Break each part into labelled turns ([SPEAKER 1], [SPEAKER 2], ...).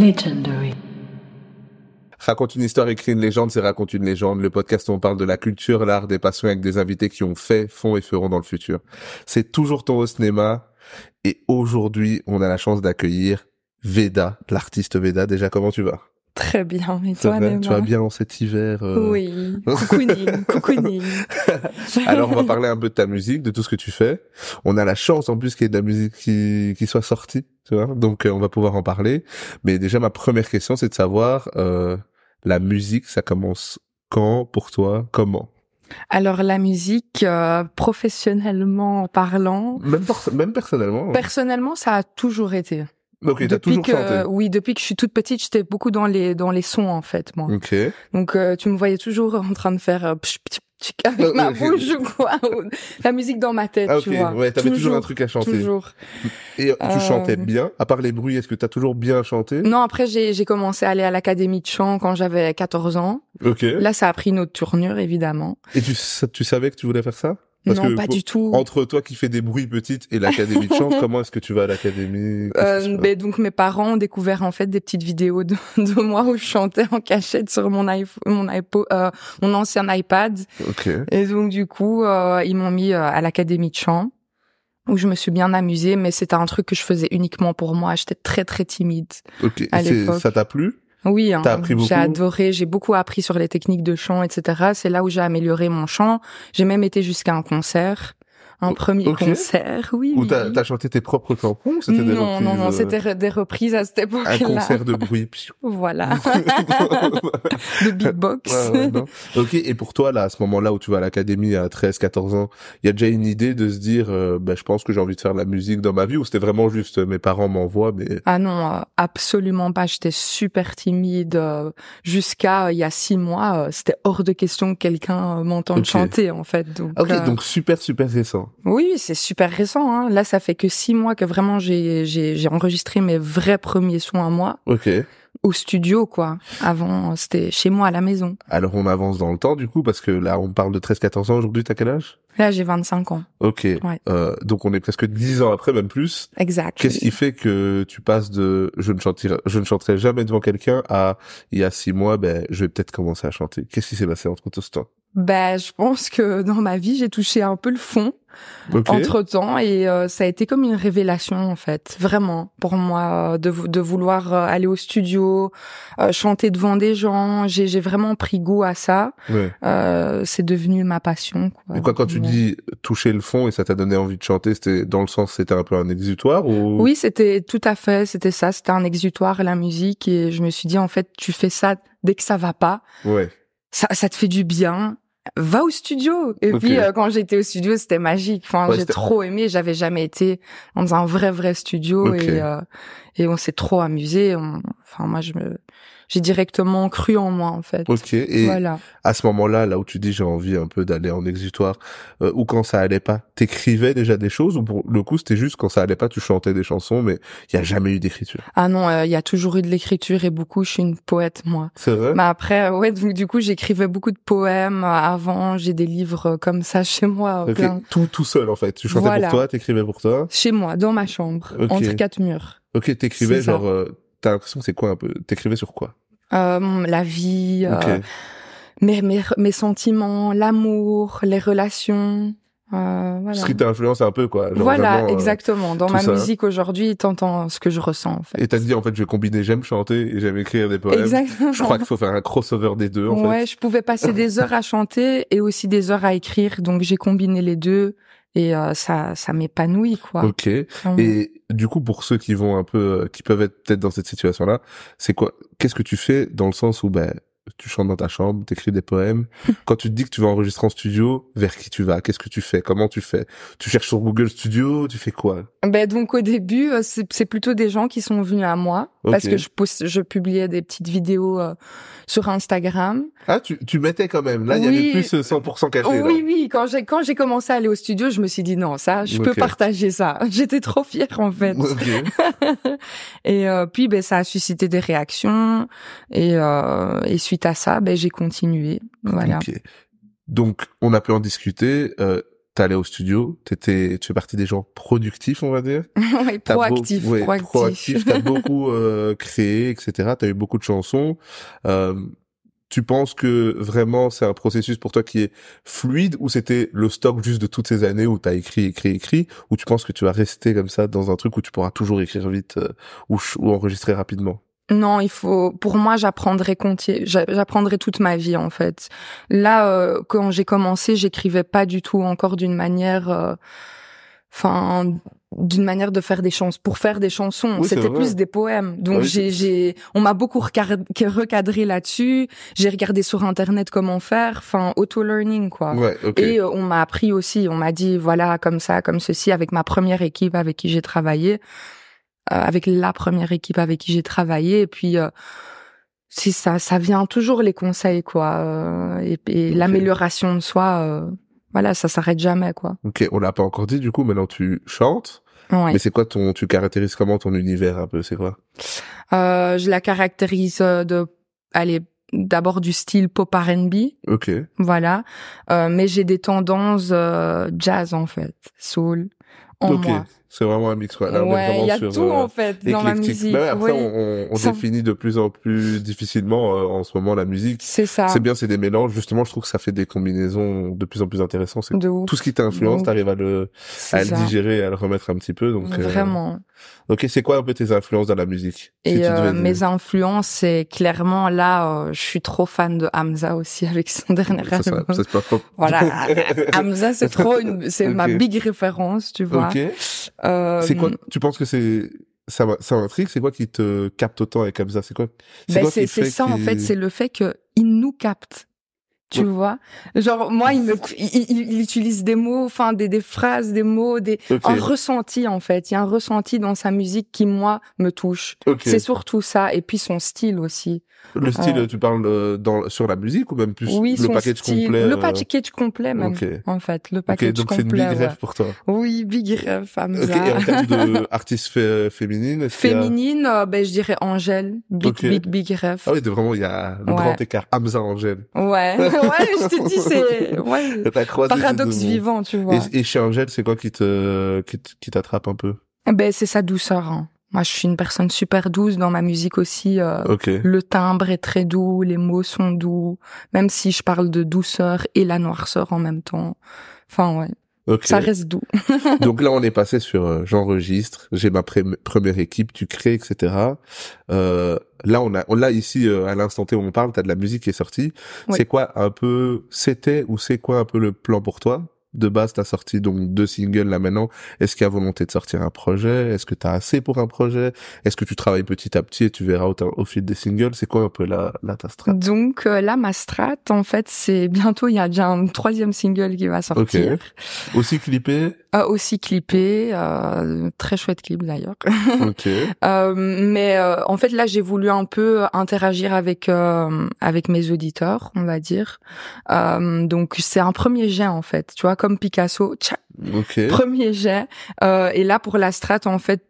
[SPEAKER 1] Legendary.
[SPEAKER 2] Raconte une histoire, écrit une légende, c'est raconte une légende. Le podcast où on parle de la culture, l'art, des passions avec des invités qui ont fait, font et feront dans le futur. C'est toujours ton au cinéma. Et aujourd'hui, on a la chance d'accueillir Veda, l'artiste Veda. Déjà, comment tu vas?
[SPEAKER 3] Très bien, et
[SPEAKER 2] Ça
[SPEAKER 3] toi,
[SPEAKER 2] va
[SPEAKER 3] Néma
[SPEAKER 2] Tu vas bien en cet hiver? euh,
[SPEAKER 3] Oui, cocooning, cocooning.
[SPEAKER 2] Alors, on va parler un peu de ta musique, de tout ce que tu fais. On a la chance, en plus, qu'il y ait de la musique qui, qui soit sortie, tu vois. Donc, euh, on va pouvoir en parler. Mais déjà, ma première question, c'est de savoir, euh, la musique, ça commence quand pour toi? Comment?
[SPEAKER 3] Alors la musique, euh, professionnellement parlant,
[SPEAKER 2] Même, pour- même personnellement. hein.
[SPEAKER 3] personnellement, ça a toujours été.
[SPEAKER 2] Bah, Ok, t'as toujours
[SPEAKER 3] que,
[SPEAKER 2] chanté.
[SPEAKER 3] oui, depuis que je suis toute petite, j'étais beaucoup dans les dans les sons en fait, moi.
[SPEAKER 2] Ok.
[SPEAKER 3] Donc euh, tu me voyais toujours en train de faire euh, pch, pch, pch, avec ma
[SPEAKER 2] Ah, Ok.
[SPEAKER 3] bouche ou quoi, ou la musique dans ma tête,
[SPEAKER 2] Ah, ok.
[SPEAKER 3] tu vois.
[SPEAKER 2] Ouais, t'avais toujours un truc à chanter.
[SPEAKER 3] Toujours.
[SPEAKER 2] Et euh, tu
[SPEAKER 3] Euh,
[SPEAKER 2] chantais bien. À part les bruits, est-ce que t'as toujours bien chanté?
[SPEAKER 3] Non, après j'ai j'ai commencé à aller à l'académie de chant quand j'avais 14 ans.
[SPEAKER 2] Ok.
[SPEAKER 3] Là, ça a pris une autre tournure évidemment.
[SPEAKER 2] Et tu, sa- tu savais que tu voulais faire ça? Parce
[SPEAKER 3] non,
[SPEAKER 2] que
[SPEAKER 3] pas
[SPEAKER 2] pour-
[SPEAKER 3] du tout.
[SPEAKER 2] Entre toi qui fais des bruits petites et l'académie de chant, comment est-ce que tu vas à l'académie? Qu'est-ce que tu
[SPEAKER 3] Euh,
[SPEAKER 2] fais
[SPEAKER 3] ben, donc mes parents ont découvert en fait des petites vidéos de, de moi où je chantais en cachette sur mon iPhone, mon iPod, euh, mon ancien iPad.
[SPEAKER 2] Ok.
[SPEAKER 3] Et donc du coup, euh, ils m'ont mis euh, à l'académie de chant où je me suis bien amusée, mais c'était un truc que je faisais uniquement pour moi. J'étais très très timide.
[SPEAKER 2] Ok.
[SPEAKER 3] À
[SPEAKER 2] Et c'est-
[SPEAKER 3] l'époque.
[SPEAKER 2] Ça t'a plu
[SPEAKER 3] Oui, hein,
[SPEAKER 2] T'as appris beaucoup
[SPEAKER 3] j'ai adoré, j'ai beaucoup appris sur les techniques de chant, etc. C'est là où j'ai amélioré mon chant. J'ai même été jusqu'à un concert, un
[SPEAKER 2] O-
[SPEAKER 3] premier
[SPEAKER 2] ok.
[SPEAKER 3] concert, oui.
[SPEAKER 2] Ou
[SPEAKER 3] oui.
[SPEAKER 2] t'as t'as chanté tes propres chansons ou c'était des
[SPEAKER 3] non, non, non,
[SPEAKER 2] reprises, euh,
[SPEAKER 3] c'était re- des reprises à cette époque-là.
[SPEAKER 2] un concert de bruit. Piou.
[SPEAKER 3] Voilà,
[SPEAKER 2] Ouais,
[SPEAKER 3] de beatbox.
[SPEAKER 2] ouais, non. ok. Et pour toi là, à ce moment-là où tu vas à l'académie à 13, 14 ans, il y a déjà une idée de se dire, euh, bah, je pense que j'ai envie de faire de la musique dans ma vie ou c'était vraiment juste euh, mes parents m'envoient, mais
[SPEAKER 3] Ah non, euh, absolument pas. J'étais super timide euh, jusqu'à euh, il y a six mois. euh, C'était hors de question que quelqu'un euh, m'entende
[SPEAKER 2] Ok.
[SPEAKER 3] chanter en fait. Donc,
[SPEAKER 2] ok.
[SPEAKER 3] euh,
[SPEAKER 2] Donc super, super récent.
[SPEAKER 3] oui, c'est super récent. hein. Là, ça fait que six mois que vraiment j'ai j'ai j'ai enregistré mes vrais premiers sons à moi
[SPEAKER 2] Ok.
[SPEAKER 3] au studio quoi. Avant, euh, c'était chez moi à la maison.
[SPEAKER 2] Alors on avance dans le temps du coup parce que là on parle de 13-14 ans aujourd'hui. T'as quel âge
[SPEAKER 3] Là, j'ai 25 ans.
[SPEAKER 2] Ok. Euh, donc on est presque dix ans après, même plus.
[SPEAKER 3] Exact.
[SPEAKER 2] Qu'est-ce qui fait que tu passes de je ne chanterai, je ne chanterai jamais devant quelqu'un à il y a six mois, ben je vais peut-être commencer à chanter. Qu'est-ce qui s'est passé entre tout ce temps
[SPEAKER 3] Ben, je pense que dans ma vie, j'ai touché un peu le fond.
[SPEAKER 2] Ok.
[SPEAKER 3] entre temps et euh, ça a été comme une révélation en fait vraiment pour moi euh, de, vou- de vouloir euh, aller au studio euh, chanter devant des gens j'ai j'ai vraiment pris goût à ça
[SPEAKER 2] Ouais.
[SPEAKER 3] Euh, c'est devenu ma passion quoi,
[SPEAKER 2] Et quoi, quand tu
[SPEAKER 3] Ouais.
[SPEAKER 2] dis toucher le fond et ça t'a donné envie de chanter, c'était dans le sens c'était un peu un exutoire ou
[SPEAKER 3] oui c'était tout à fait c'était ça c'était un exutoire la musique et je me suis dit en fait tu fais ça dès que ça va pas
[SPEAKER 2] ouais.
[SPEAKER 3] ça ça te fait du bien va au studio et
[SPEAKER 2] Ok.
[SPEAKER 3] puis euh, quand j'étais au studio c'était magique enfin
[SPEAKER 2] Ouais,
[SPEAKER 3] j'ai
[SPEAKER 2] c'était-
[SPEAKER 3] trop aimé j'avais jamais été dans un vrai vrai studio
[SPEAKER 2] Ok.
[SPEAKER 3] et euh, et on s'est trop amusé On- enfin moi je me j'ai directement cru en moi en fait
[SPEAKER 2] Ok. Et
[SPEAKER 3] voilà
[SPEAKER 2] à ce moment-là, là où tu dis j'ai envie un peu d'aller en exutoire euh, ou quand ça allait pas, t'écrivais déjà des choses ou pour le coup c'était juste quand ça allait pas, tu chantais des chansons, mais il y a jamais eu d'écriture.
[SPEAKER 3] ah non euh, il y a toujours eu de l'écriture et beaucoup je suis une poète moi
[SPEAKER 2] C'est vrai.
[SPEAKER 3] mais après euh, ouais donc du coup j'écrivais beaucoup de poèmes euh, avant j'ai des livres euh, comme ça chez moi
[SPEAKER 2] Ok.
[SPEAKER 3] plein
[SPEAKER 2] Tout tout seul en fait. Tu chantais
[SPEAKER 3] Voilà.
[SPEAKER 2] pour toi, t'écrivais pour toi.
[SPEAKER 3] chez moi dans ma chambre
[SPEAKER 2] Ok.
[SPEAKER 3] entre quatre murs
[SPEAKER 2] Ok, t'écrivais
[SPEAKER 3] C'est ça.
[SPEAKER 2] genre, euh, t'as l'impression que c'est quoi un peu T'écrivais sur quoi
[SPEAKER 3] Euh, la vie
[SPEAKER 2] Ok,
[SPEAKER 3] euh, mes, mes, mes sentiments, l'amour, les relations. Euh, voilà,
[SPEAKER 2] ce qui t'influence un peu quoi. Genre
[SPEAKER 3] voilà
[SPEAKER 2] vraiment, euh,
[SPEAKER 3] exactement. Dans
[SPEAKER 2] tout
[SPEAKER 3] ma
[SPEAKER 2] ça.
[SPEAKER 3] musique aujourd'hui, t'entends ce que je ressens en fait.
[SPEAKER 2] Et t'as dit en fait, je vais combiner, j'aime chanter et j'aime écrire des poèmes.
[SPEAKER 3] Exactement.
[SPEAKER 2] Je crois qu'il faut faire un crossover des deux en
[SPEAKER 3] ouais, je pouvais passer des heures à chanter et aussi des heures à écrire, donc j'ai combiné les deux et euh, ça, ça m'épanouit
[SPEAKER 2] fait.
[SPEAKER 3] quoi.
[SPEAKER 2] Ok.
[SPEAKER 3] Vraiment.
[SPEAKER 2] Et du coup, pour ceux qui vont un peu, euh, qui peuvent être peut-être dans cette situation-là, c'est quoi Qu'est-ce que tu fais dans le sens où ben tu chantes dans ta chambre, t'écris des poèmes. Quand tu te dis que tu vas enregistrer en studio, vers qui tu vas Qu'est-ce que tu fais Comment tu fais Tu cherches sur Google Studio Tu fais quoi
[SPEAKER 3] Ben donc au début, euh, c'est c'est plutôt des gens qui sont venus à moi
[SPEAKER 2] Ok.
[SPEAKER 3] parce que je, poste- je publiais des petites vidéos euh, sur Instagram
[SPEAKER 2] Ah, tu, tu mettais quand même. Là, il y
[SPEAKER 3] Oui.
[SPEAKER 2] avait plus euh, ce 100% caché. là.
[SPEAKER 3] Oh oui, oui, quand j'ai quand j'ai commencé à aller au studio, je me suis dit non, ça, je peux
[SPEAKER 2] Ok.
[SPEAKER 3] partager ça. J'étais trop fière en fait.
[SPEAKER 2] Ok.
[SPEAKER 3] et euh, puis ben ça a suscité des réactions et euh, et suite à ça, ben j'ai continué. Voilà.
[SPEAKER 2] Ok. Donc, on a pu en discuter. Euh, t'allais au studio, t'étais, tu fais partie des gens productifs, on va dire.
[SPEAKER 3] ouais,
[SPEAKER 2] T'as beau-
[SPEAKER 3] proactif,
[SPEAKER 2] ouais,
[SPEAKER 3] proactif.
[SPEAKER 2] proactif, T'as beaucoup euh, créé, etc. T'as eu beaucoup de chansons. Euh, tu penses que vraiment c'est un processus pour toi qui est fluide ou c'était le stock juste de toutes ces années où t'as écrit, écrit, écrit, ou tu penses que tu vas rester comme ça dans un truc où tu pourras toujours écrire vite euh, ou, ch- ou enregistrer rapidement
[SPEAKER 3] Non, il faut. Pour moi, j'apprendrai conti- j'a- j'apprendrai toute ma vie en fait. Là, euh, quand j'ai commencé, j'écrivais pas du tout encore d'une manière, euh, enfin, d'une manière de faire des chansons. Pour faire des chansons,
[SPEAKER 2] Oui, c'est
[SPEAKER 3] c'était
[SPEAKER 2] vrai. Ah
[SPEAKER 3] plus des poèmes. Donc
[SPEAKER 2] Oui,
[SPEAKER 3] j'ai, j'ai, on m'a beaucoup recar- recadré là-dessus. J'ai regardé sur internet comment faire. Enfin, auto-learning quoi.
[SPEAKER 2] Ouais, ok.
[SPEAKER 3] Et euh, on m'a appris aussi, on m'a dit voilà comme ça, comme ceci, avec ma première équipe avec qui j'ai travaillé, euh, avec la première équipe avec qui j'ai travaillé, et puis euh, c'est ça, ça vient toujours les conseils quoi, euh, et, et
[SPEAKER 2] Ok.
[SPEAKER 3] l'amélioration de soi, euh, voilà, ça s'arrête jamais quoi.
[SPEAKER 2] Ok, on l'a pas encore dit du coup, maintenant tu chantes.
[SPEAKER 3] Ouais.
[SPEAKER 2] Mais c'est quoi ton, tu caractérises comment ton univers un peu, c'est quoi
[SPEAKER 3] Euh, je la caractérise euh, de, allez, d'abord du style pop R&B.
[SPEAKER 2] Ok,
[SPEAKER 3] Voilà. Euh, mais j'ai des tendances euh, jazz en fait, soul en
[SPEAKER 2] ok.
[SPEAKER 3] moi.
[SPEAKER 2] C'est vraiment un mix, ouais. Là, on est
[SPEAKER 3] ouais,
[SPEAKER 2] vraiment
[SPEAKER 3] il y a
[SPEAKER 2] sur,
[SPEAKER 3] tout
[SPEAKER 2] euh,
[SPEAKER 3] en fait dans ma
[SPEAKER 2] éclectique.
[SPEAKER 3] musique.
[SPEAKER 2] Mais ouais, après,
[SPEAKER 3] Oui,
[SPEAKER 2] on, on- on
[SPEAKER 3] Ça-
[SPEAKER 2] définit de plus en plus difficilement euh, en ce moment la musique.
[SPEAKER 3] C'est ça.
[SPEAKER 2] C'est bien, c'est des mélanges. Justement, je trouve que ça fait des combinaisons de plus en plus intéressantes. C'est
[SPEAKER 3] De ouf.
[SPEAKER 2] tout ce qui t'influence,
[SPEAKER 3] Donc,
[SPEAKER 2] t'arrives à le, à
[SPEAKER 3] C'est
[SPEAKER 2] le
[SPEAKER 3] ça.
[SPEAKER 2] digérer, et à le remettre un petit peu. Donc, euh,
[SPEAKER 3] Vraiment.
[SPEAKER 2] ok, c'est quoi un peu tes influences dans la musique si tu
[SPEAKER 3] Et euh,
[SPEAKER 2] devais dire
[SPEAKER 3] mes influences, c'est clairement là, euh, je suis trop fan de Hamza aussi avec son dernier
[SPEAKER 2] Ça, ça,
[SPEAKER 3] album.
[SPEAKER 2] ça, c'est pas pop.
[SPEAKER 3] Voilà, Hamza, c'est trop, une... c'est ma
[SPEAKER 2] Ok.
[SPEAKER 3] big référence, tu vois.
[SPEAKER 2] ok.
[SPEAKER 3] Euh,
[SPEAKER 2] C'est quoi Tu penses que c'est ça, m'a- ça m'intrigue. C'est quoi qui te capte autant avec Hamza C'est quoi
[SPEAKER 3] Ben,
[SPEAKER 2] quoi
[SPEAKER 3] c'est
[SPEAKER 2] qui
[SPEAKER 3] c'est
[SPEAKER 2] fait
[SPEAKER 3] ça en
[SPEAKER 2] qu'il-
[SPEAKER 3] fait, c'est le fait que il nous capte.
[SPEAKER 2] Ouais.
[SPEAKER 3] Tu vois, genre moi il me il, il- il utilise des mots, enfin des des phrases, des mots, des
[SPEAKER 2] Ok.
[SPEAKER 3] un ressenti en fait, il y a un ressenti dans sa musique qui moi me touche.
[SPEAKER 2] ok.
[SPEAKER 3] C'est surtout ça et puis son style aussi.
[SPEAKER 2] Le style,
[SPEAKER 3] Ouais.
[SPEAKER 2] tu parles euh, dans, sur la musique ou même plus
[SPEAKER 3] oui,
[SPEAKER 2] le
[SPEAKER 3] son
[SPEAKER 2] package
[SPEAKER 3] style,
[SPEAKER 2] complet
[SPEAKER 3] le
[SPEAKER 2] euh,
[SPEAKER 3] package complet même
[SPEAKER 2] Ok.
[SPEAKER 3] en fait, le
[SPEAKER 2] Ok,
[SPEAKER 3] package
[SPEAKER 2] donc c'est une big
[SPEAKER 3] complet. ouais.
[SPEAKER 2] rêve pour toi.
[SPEAKER 3] Oui, big rêve, femme.
[SPEAKER 2] Ok, et en termes de artistes fé- féminines, est-ce qu'il y a-
[SPEAKER 3] Féminine, euh, ben je dirais Angèle, big
[SPEAKER 2] Ok.
[SPEAKER 3] big big rêve.
[SPEAKER 2] Ah oui, de vraiment, il y a le
[SPEAKER 3] Ouais.
[SPEAKER 2] grand écart. Hamza Angèle.
[SPEAKER 3] Ouais, ouais, je te dis c'est ouais.
[SPEAKER 2] T'as croisé ces
[SPEAKER 3] paradoxe
[SPEAKER 2] deux mondes.
[SPEAKER 3] vivant, tu vois.
[SPEAKER 2] hein. Et, et chez Angèle, c'est quoi qui te, qui te- qui t'attrape un peu?
[SPEAKER 3] Ben c'est sa douceur. hein. Moi, je suis une personne super douce dans ma musique aussi. euh,
[SPEAKER 2] Ok.
[SPEAKER 3] Le timbre est très doux, les mots sont doux, même si je parle de douceur et la noirceur en même temps. Enfin ouais,
[SPEAKER 2] Ok.
[SPEAKER 3] ça reste doux.
[SPEAKER 2] Donc là, on est passé sur euh, j'enregistre, j'ai ma pré- première équipe, tu crées, etc. Euh, là, on a, on là ici euh, à l'instant T où on parle, t'as de la musique qui est sortie.
[SPEAKER 3] Oui.
[SPEAKER 2] C'est quoi un peu, c'était ou c'est quoi un peu le plan pour toi De base, t'as sorti donc deux singles là maintenant. Est-ce qu'il y a volonté de sortir un projet Est-ce que t'as assez pour un projet Est-ce que tu travailles petit à petit et tu verras au, au fil des singles C'est quoi un peu la, la ta strat
[SPEAKER 3] Donc euh, là, ma strat, en fait, c'est bientôt il y a déjà un troisième single qui va sortir,
[SPEAKER 2] Aussi clippé
[SPEAKER 3] Euh, aussi clippé, euh, très chouette clip d'ailleurs.
[SPEAKER 2] Ok.
[SPEAKER 3] Euh, mais euh, en fait là j'ai voulu un peu interagir avec euh, avec mes auditeurs on va dire Euh, donc c'est un premier jet en fait tu vois comme Picasso tcha,
[SPEAKER 2] Ok.
[SPEAKER 3] premier jet Euh, et là pour la strat en fait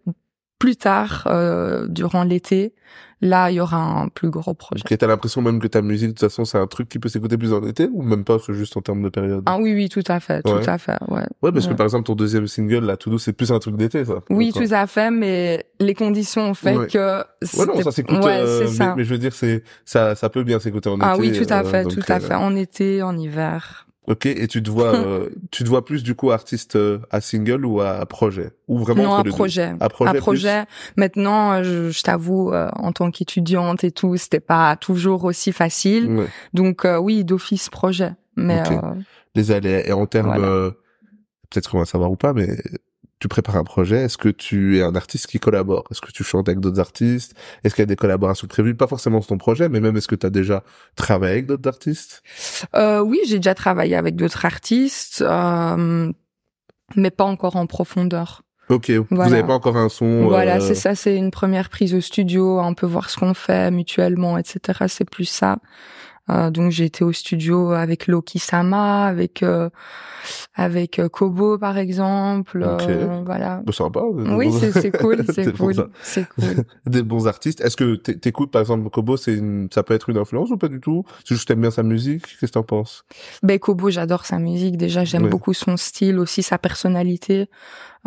[SPEAKER 3] plus tard euh, durant l'été là il y aura un plus gros projet
[SPEAKER 2] Ok, t'as l'impression même que ta musique, de toute façon, c'est un truc qui peut s'écouter plus en été ou même pas, c'est juste en termes de période.
[SPEAKER 3] ah oui oui tout à fait
[SPEAKER 2] Ouais.
[SPEAKER 3] tout à fait ouais
[SPEAKER 2] ouais, parce que
[SPEAKER 3] ouais.
[SPEAKER 2] par exemple, ton deuxième single, là, Toulouse, c'est plus un truc d'été, ça.
[SPEAKER 3] oui
[SPEAKER 2] D'accord.
[SPEAKER 3] tout à fait mais les conditions ont fait
[SPEAKER 2] Ouais.
[SPEAKER 3] que
[SPEAKER 2] Ouais, non,
[SPEAKER 3] c'était-
[SPEAKER 2] ça s'écoute,
[SPEAKER 3] ouais,
[SPEAKER 2] euh,
[SPEAKER 3] c'est ça.
[SPEAKER 2] mais, mais je veux dire, c'est, ça, ça peut bien s'écouter en
[SPEAKER 3] ah
[SPEAKER 2] été.
[SPEAKER 3] oui tout à
[SPEAKER 2] euh,
[SPEAKER 3] fait
[SPEAKER 2] donc,
[SPEAKER 3] tout à
[SPEAKER 2] euh,
[SPEAKER 3] fait en été en hiver
[SPEAKER 2] Ok, et tu te vois, euh, tu te vois plus, du coup, artiste euh, à single ou à projet? Ou vraiment
[SPEAKER 3] non
[SPEAKER 2] entre
[SPEAKER 3] un
[SPEAKER 2] les deux
[SPEAKER 3] projet
[SPEAKER 2] À projet.
[SPEAKER 3] un
[SPEAKER 2] plus
[SPEAKER 3] projet. Maintenant, euh, je, je t'avoue, euh, en tant qu'étudiante et tout, c'était pas toujours aussi facile.
[SPEAKER 2] Ouais.
[SPEAKER 3] Donc euh, oui, d'office projet. Mais
[SPEAKER 2] Mm. Ok.
[SPEAKER 3] euh,
[SPEAKER 2] Les allées. Et en termes,
[SPEAKER 3] Voilà.
[SPEAKER 2] euh, peut-être qu'on va savoir ou pas, mais tu prépares un projet. Est-ce que tu es un artiste qui collabore Est-ce que tu chantes avec d'autres artistes Est-ce qu'il y a des collaborations prévues Pas forcément sur ton projet, mais même est-ce que tu as déjà travaillé avec d'autres artistes
[SPEAKER 3] euh, oui, j'ai déjà travaillé avec d'autres artistes, euh, mais pas encore en profondeur.
[SPEAKER 2] Ok, vous
[SPEAKER 3] Voilà.
[SPEAKER 2] n'avez pas encore un son.
[SPEAKER 3] voilà,
[SPEAKER 2] euh,
[SPEAKER 3] c'est ça, c'est une première prise au studio, un peu voir ce qu'on fait mutuellement, etc. C'est plus ça. Euh, donc j'ai été au studio avec Loki Sama, avec euh, avec euh, Kobo par exemple.
[SPEAKER 2] Ok.
[SPEAKER 3] euh, voilà.
[SPEAKER 2] Bon, sympa. des
[SPEAKER 3] Oui,
[SPEAKER 2] bons-
[SPEAKER 3] c'est c'est cool,
[SPEAKER 2] des
[SPEAKER 3] c'est
[SPEAKER 2] bons ar-
[SPEAKER 3] cool, c'est cool.
[SPEAKER 2] Des bons artistes. Est-ce que t'é- t'écoutes, par exemple, Kobo, c'est une, ça peut être une influence ou pas du tout? C'est juste que t'aimes bien sa musique? Qu'est-ce que t'en penses?
[SPEAKER 3] Ben Kobo, j'adore sa musique. Déjà, j'aime
[SPEAKER 2] Ouais.
[SPEAKER 3] beaucoup son style, aussi sa personnalité.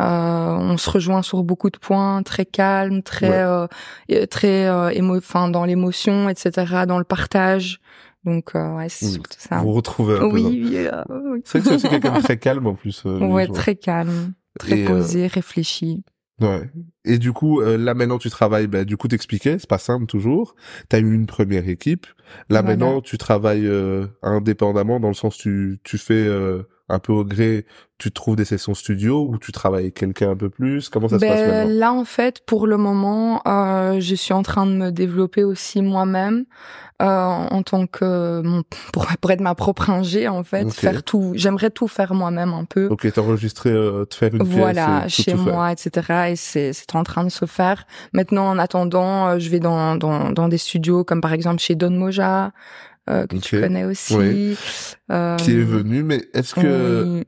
[SPEAKER 3] Euh, on se rejoint sur beaucoup de points, très calme, très
[SPEAKER 2] Ouais.
[SPEAKER 3] euh, et- très euh, émo, enfin dans l'émotion, etc., dans le partage. Donc euh, ouais, c'est
[SPEAKER 2] Oui.
[SPEAKER 3] surtout ça.
[SPEAKER 2] Vous retrouvez un peu.
[SPEAKER 3] Oui,
[SPEAKER 2] dans-
[SPEAKER 3] oui, euh, oui.
[SPEAKER 2] C'est vrai que c'est aussi quelqu'un de très calme, en plus. euh, lui,
[SPEAKER 3] ouais,
[SPEAKER 2] je vois.
[SPEAKER 3] très calme, très
[SPEAKER 2] Et, euh,
[SPEAKER 3] posé, réfléchi.
[SPEAKER 2] Ouais. Et du coup, euh, là maintenant tu travailles, bah, du coup t'expliquais, c'est pas simple toujours. T'as eu une première équipe. Là
[SPEAKER 3] Voilà.
[SPEAKER 2] maintenant tu travailles euh, indépendamment dans le sens tu tu fais euh, un peu au gré, tu trouves des sessions studio ou tu travailles avec quelqu'un un peu plus. Comment ça se passe
[SPEAKER 3] Ben,
[SPEAKER 2] maintenant
[SPEAKER 3] là, en fait, pour le moment, euh, je suis en train de me développer aussi moi-même euh, en tant que mon- pour, pour être ma propre ingé, en fait,
[SPEAKER 2] Ok.
[SPEAKER 3] faire tout. J'aimerais tout faire moi-même un peu.
[SPEAKER 2] Ok, t'es enregistré, euh, te faire une
[SPEAKER 3] Voilà,
[SPEAKER 2] pièce, et tout,
[SPEAKER 3] chez
[SPEAKER 2] tout faire.
[SPEAKER 3] moi, etc. Et c'est c'est en train de se faire. Maintenant, en attendant, euh, je vais dans, dans, dans des studios comme par exemple chez Don Moja, euh, que tu
[SPEAKER 2] Ok.
[SPEAKER 3] connais aussi.
[SPEAKER 2] Oui.
[SPEAKER 3] Euh,
[SPEAKER 2] Qui est venu, mais est-ce que
[SPEAKER 3] oui.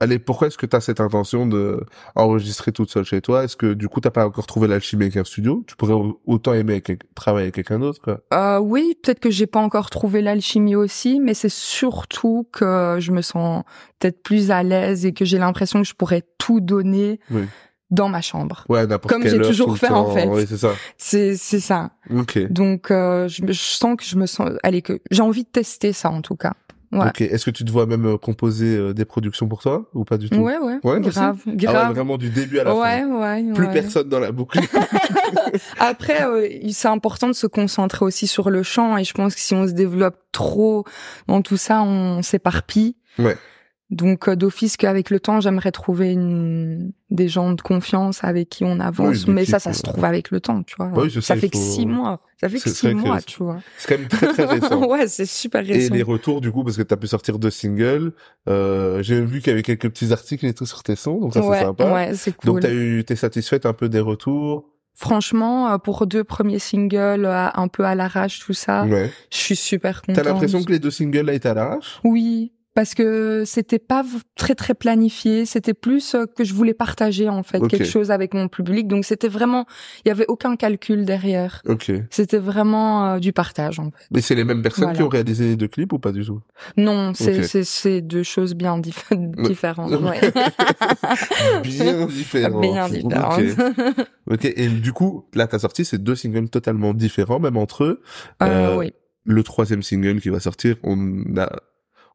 [SPEAKER 2] allez, pourquoi est-ce que t'as cette intention de enregistrer toute seule chez toi Est-ce que du coup t'as pas encore trouvé l'alchimie avec un studio Tu pourrais au- autant aimer avec quel- travailler avec quelqu'un d'autre, quoi.
[SPEAKER 3] Euh, oui, peut-être que j'ai pas encore trouvé l'alchimie aussi, mais c'est surtout que je me sens peut-être plus à l'aise et que j'ai l'impression que je pourrais tout donner
[SPEAKER 2] Oui.
[SPEAKER 3] dans ma chambre.
[SPEAKER 2] Ouais, n'importe
[SPEAKER 3] Comme
[SPEAKER 2] quelle
[SPEAKER 3] j'ai
[SPEAKER 2] heure,
[SPEAKER 3] toujours
[SPEAKER 2] tout le
[SPEAKER 3] fait, en
[SPEAKER 2] temps.
[SPEAKER 3] fait.
[SPEAKER 2] Oui, c'est ça.
[SPEAKER 3] C'est c'est ça.
[SPEAKER 2] Ok.
[SPEAKER 3] Donc euh, je, me- je sens que je me sens, allez que j'ai envie de tester ça en tout cas. Ouais.
[SPEAKER 2] Ok. Est-ce que tu te vois même euh, composer euh, des productions pour toi ou pas du tout
[SPEAKER 3] Ouais ouais.
[SPEAKER 2] Mmh. Ouais, aussi.
[SPEAKER 3] grave
[SPEAKER 2] Ah ouais,
[SPEAKER 3] grave.
[SPEAKER 2] vraiment du début à la
[SPEAKER 3] ouais,
[SPEAKER 2] fin.
[SPEAKER 3] ouais
[SPEAKER 2] Plus
[SPEAKER 3] ouais.
[SPEAKER 2] personne dans la boucle.
[SPEAKER 3] Après, euh, c'est important de se concentrer aussi sur le chant et je pense que si on se développe trop dans tout ça, on s'éparpille.
[SPEAKER 2] Ouais.
[SPEAKER 3] Donc euh, d'office qu'avec le temps, j'aimerais trouver une... des gens de confiance avec qui on avance,
[SPEAKER 2] une
[SPEAKER 3] mais ça,
[SPEAKER 2] équipe,
[SPEAKER 3] ça se
[SPEAKER 2] ouais.
[SPEAKER 3] trouve avec le temps, tu vois.
[SPEAKER 2] Bah euh, oui, c'est ça,
[SPEAKER 3] ça
[SPEAKER 2] il
[SPEAKER 3] fait que
[SPEAKER 2] faut-
[SPEAKER 3] six mois, ça fait que
[SPEAKER 2] C'est
[SPEAKER 3] six
[SPEAKER 2] vrai que
[SPEAKER 3] mois,
[SPEAKER 2] c'est-
[SPEAKER 3] tu vois.
[SPEAKER 2] c'est quand même très très récent.
[SPEAKER 3] ouais, c'est super
[SPEAKER 2] Et
[SPEAKER 3] récent.
[SPEAKER 2] les retours du coup parce que t'as pu sortir deux singles. Euh, J'ai vu qu'il y avait quelques petits articles et tout sur tes sons, donc ça c'est
[SPEAKER 3] ouais,
[SPEAKER 2] sympa.
[SPEAKER 3] ouais, c'est
[SPEAKER 2] Donc
[SPEAKER 3] cool.
[SPEAKER 2] t'as eu, t'es satisfaite un peu des retours.
[SPEAKER 3] Franchement, euh, pour deux premiers singles, euh, un peu à l'arrache, tout ça,
[SPEAKER 2] Ouais.
[SPEAKER 3] je suis super contente.
[SPEAKER 2] T'as l'impression que les deux singles là étaient à l'arrache.
[SPEAKER 3] Oui, parce que c'était pas v- très très planifié, c'était plus euh, que je voulais partager en fait
[SPEAKER 2] Ok.
[SPEAKER 3] quelque chose avec mon public, donc c'était vraiment, il y avait aucun calcul derrière,
[SPEAKER 2] Ok.
[SPEAKER 3] c'était vraiment euh, du partage en fait.
[SPEAKER 2] Mais c'est les mêmes personnes qui
[SPEAKER 3] Voilà.
[SPEAKER 2] ont réalisé les deux clips ou pas du tout
[SPEAKER 3] Non, c'est
[SPEAKER 2] Ok.
[SPEAKER 3] c'est c'est deux choses bien diff- différentes. ouais.
[SPEAKER 2] Bien différent.
[SPEAKER 3] Bien différentes.
[SPEAKER 2] Ok. Euh, Ok, et du coup, là, t'as sorti ces deux singles totalement différents, même entre eux. Euh,
[SPEAKER 3] Euh, oui.
[SPEAKER 2] Le troisième single qui va sortir, on a,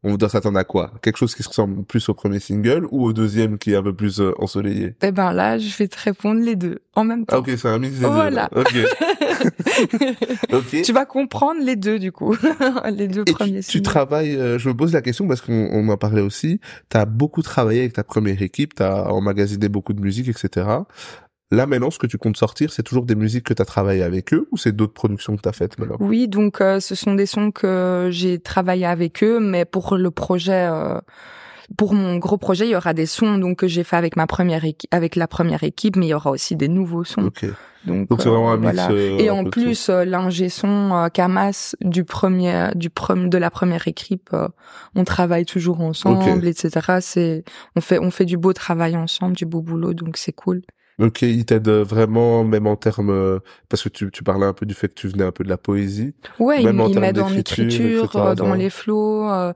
[SPEAKER 2] on doit s'attendre à quoi Quelque chose qui se ressemble plus au premier single ou au deuxième qui est un peu plus euh, ensoleillé
[SPEAKER 3] Eh ben là, je vais te répondre les deux en même
[SPEAKER 2] Ah
[SPEAKER 3] temps.
[SPEAKER 2] ok, c'est un mix des
[SPEAKER 3] Voilà.
[SPEAKER 2] deux. là. Ok, ok.
[SPEAKER 3] tu vas comprendre les deux du coup, les deux
[SPEAKER 2] Et tu,
[SPEAKER 3] premiers.
[SPEAKER 2] tu
[SPEAKER 3] singles.
[SPEAKER 2] travailles, euh, je me pose la question parce qu'on on en parlait aussi, tu as beaucoup travaillé avec ta première équipe, tu as emmagasiné beaucoup de musique, etc. Là maintenant, ce que tu comptes sortir, c'est toujours des musiques que tu as travaillé avec eux ou c'est d'autres productions que tu as faites maintenant
[SPEAKER 3] Oui, donc euh, ce sont des sons que j'ai travaillé avec eux, mais pour le projet, euh, pour mon gros projet, il y aura des sons donc que j'ai fait avec ma première équi- avec la première équipe, mais il y aura aussi des nouveaux sons.
[SPEAKER 2] Ok.
[SPEAKER 3] Donc,
[SPEAKER 2] Donc c'est
[SPEAKER 3] euh,
[SPEAKER 2] vraiment un mix.
[SPEAKER 3] voilà.
[SPEAKER 2] euh,
[SPEAKER 3] Et
[SPEAKER 2] un
[SPEAKER 3] en
[SPEAKER 2] peu de tout.
[SPEAKER 3] plus, euh, l'ingé son euh, Kamas du premier, du premier, de la première équipe, euh, on travaille toujours ensemble, etc. C'est, on fait, on fait du beau travail ensemble, du beau boulot, donc c'est cool.
[SPEAKER 2] Ok, il t'aide vraiment, même en termes, euh, parce que tu, tu parlais un peu du fait que tu venais un peu de la poésie.
[SPEAKER 3] Ouais,
[SPEAKER 2] Même en
[SPEAKER 3] ils il
[SPEAKER 2] termes
[SPEAKER 3] m'aident en
[SPEAKER 2] d'écriture,
[SPEAKER 3] écriture,
[SPEAKER 2] etc.,
[SPEAKER 3] euh, dans
[SPEAKER 2] dans-
[SPEAKER 3] les flots, euh,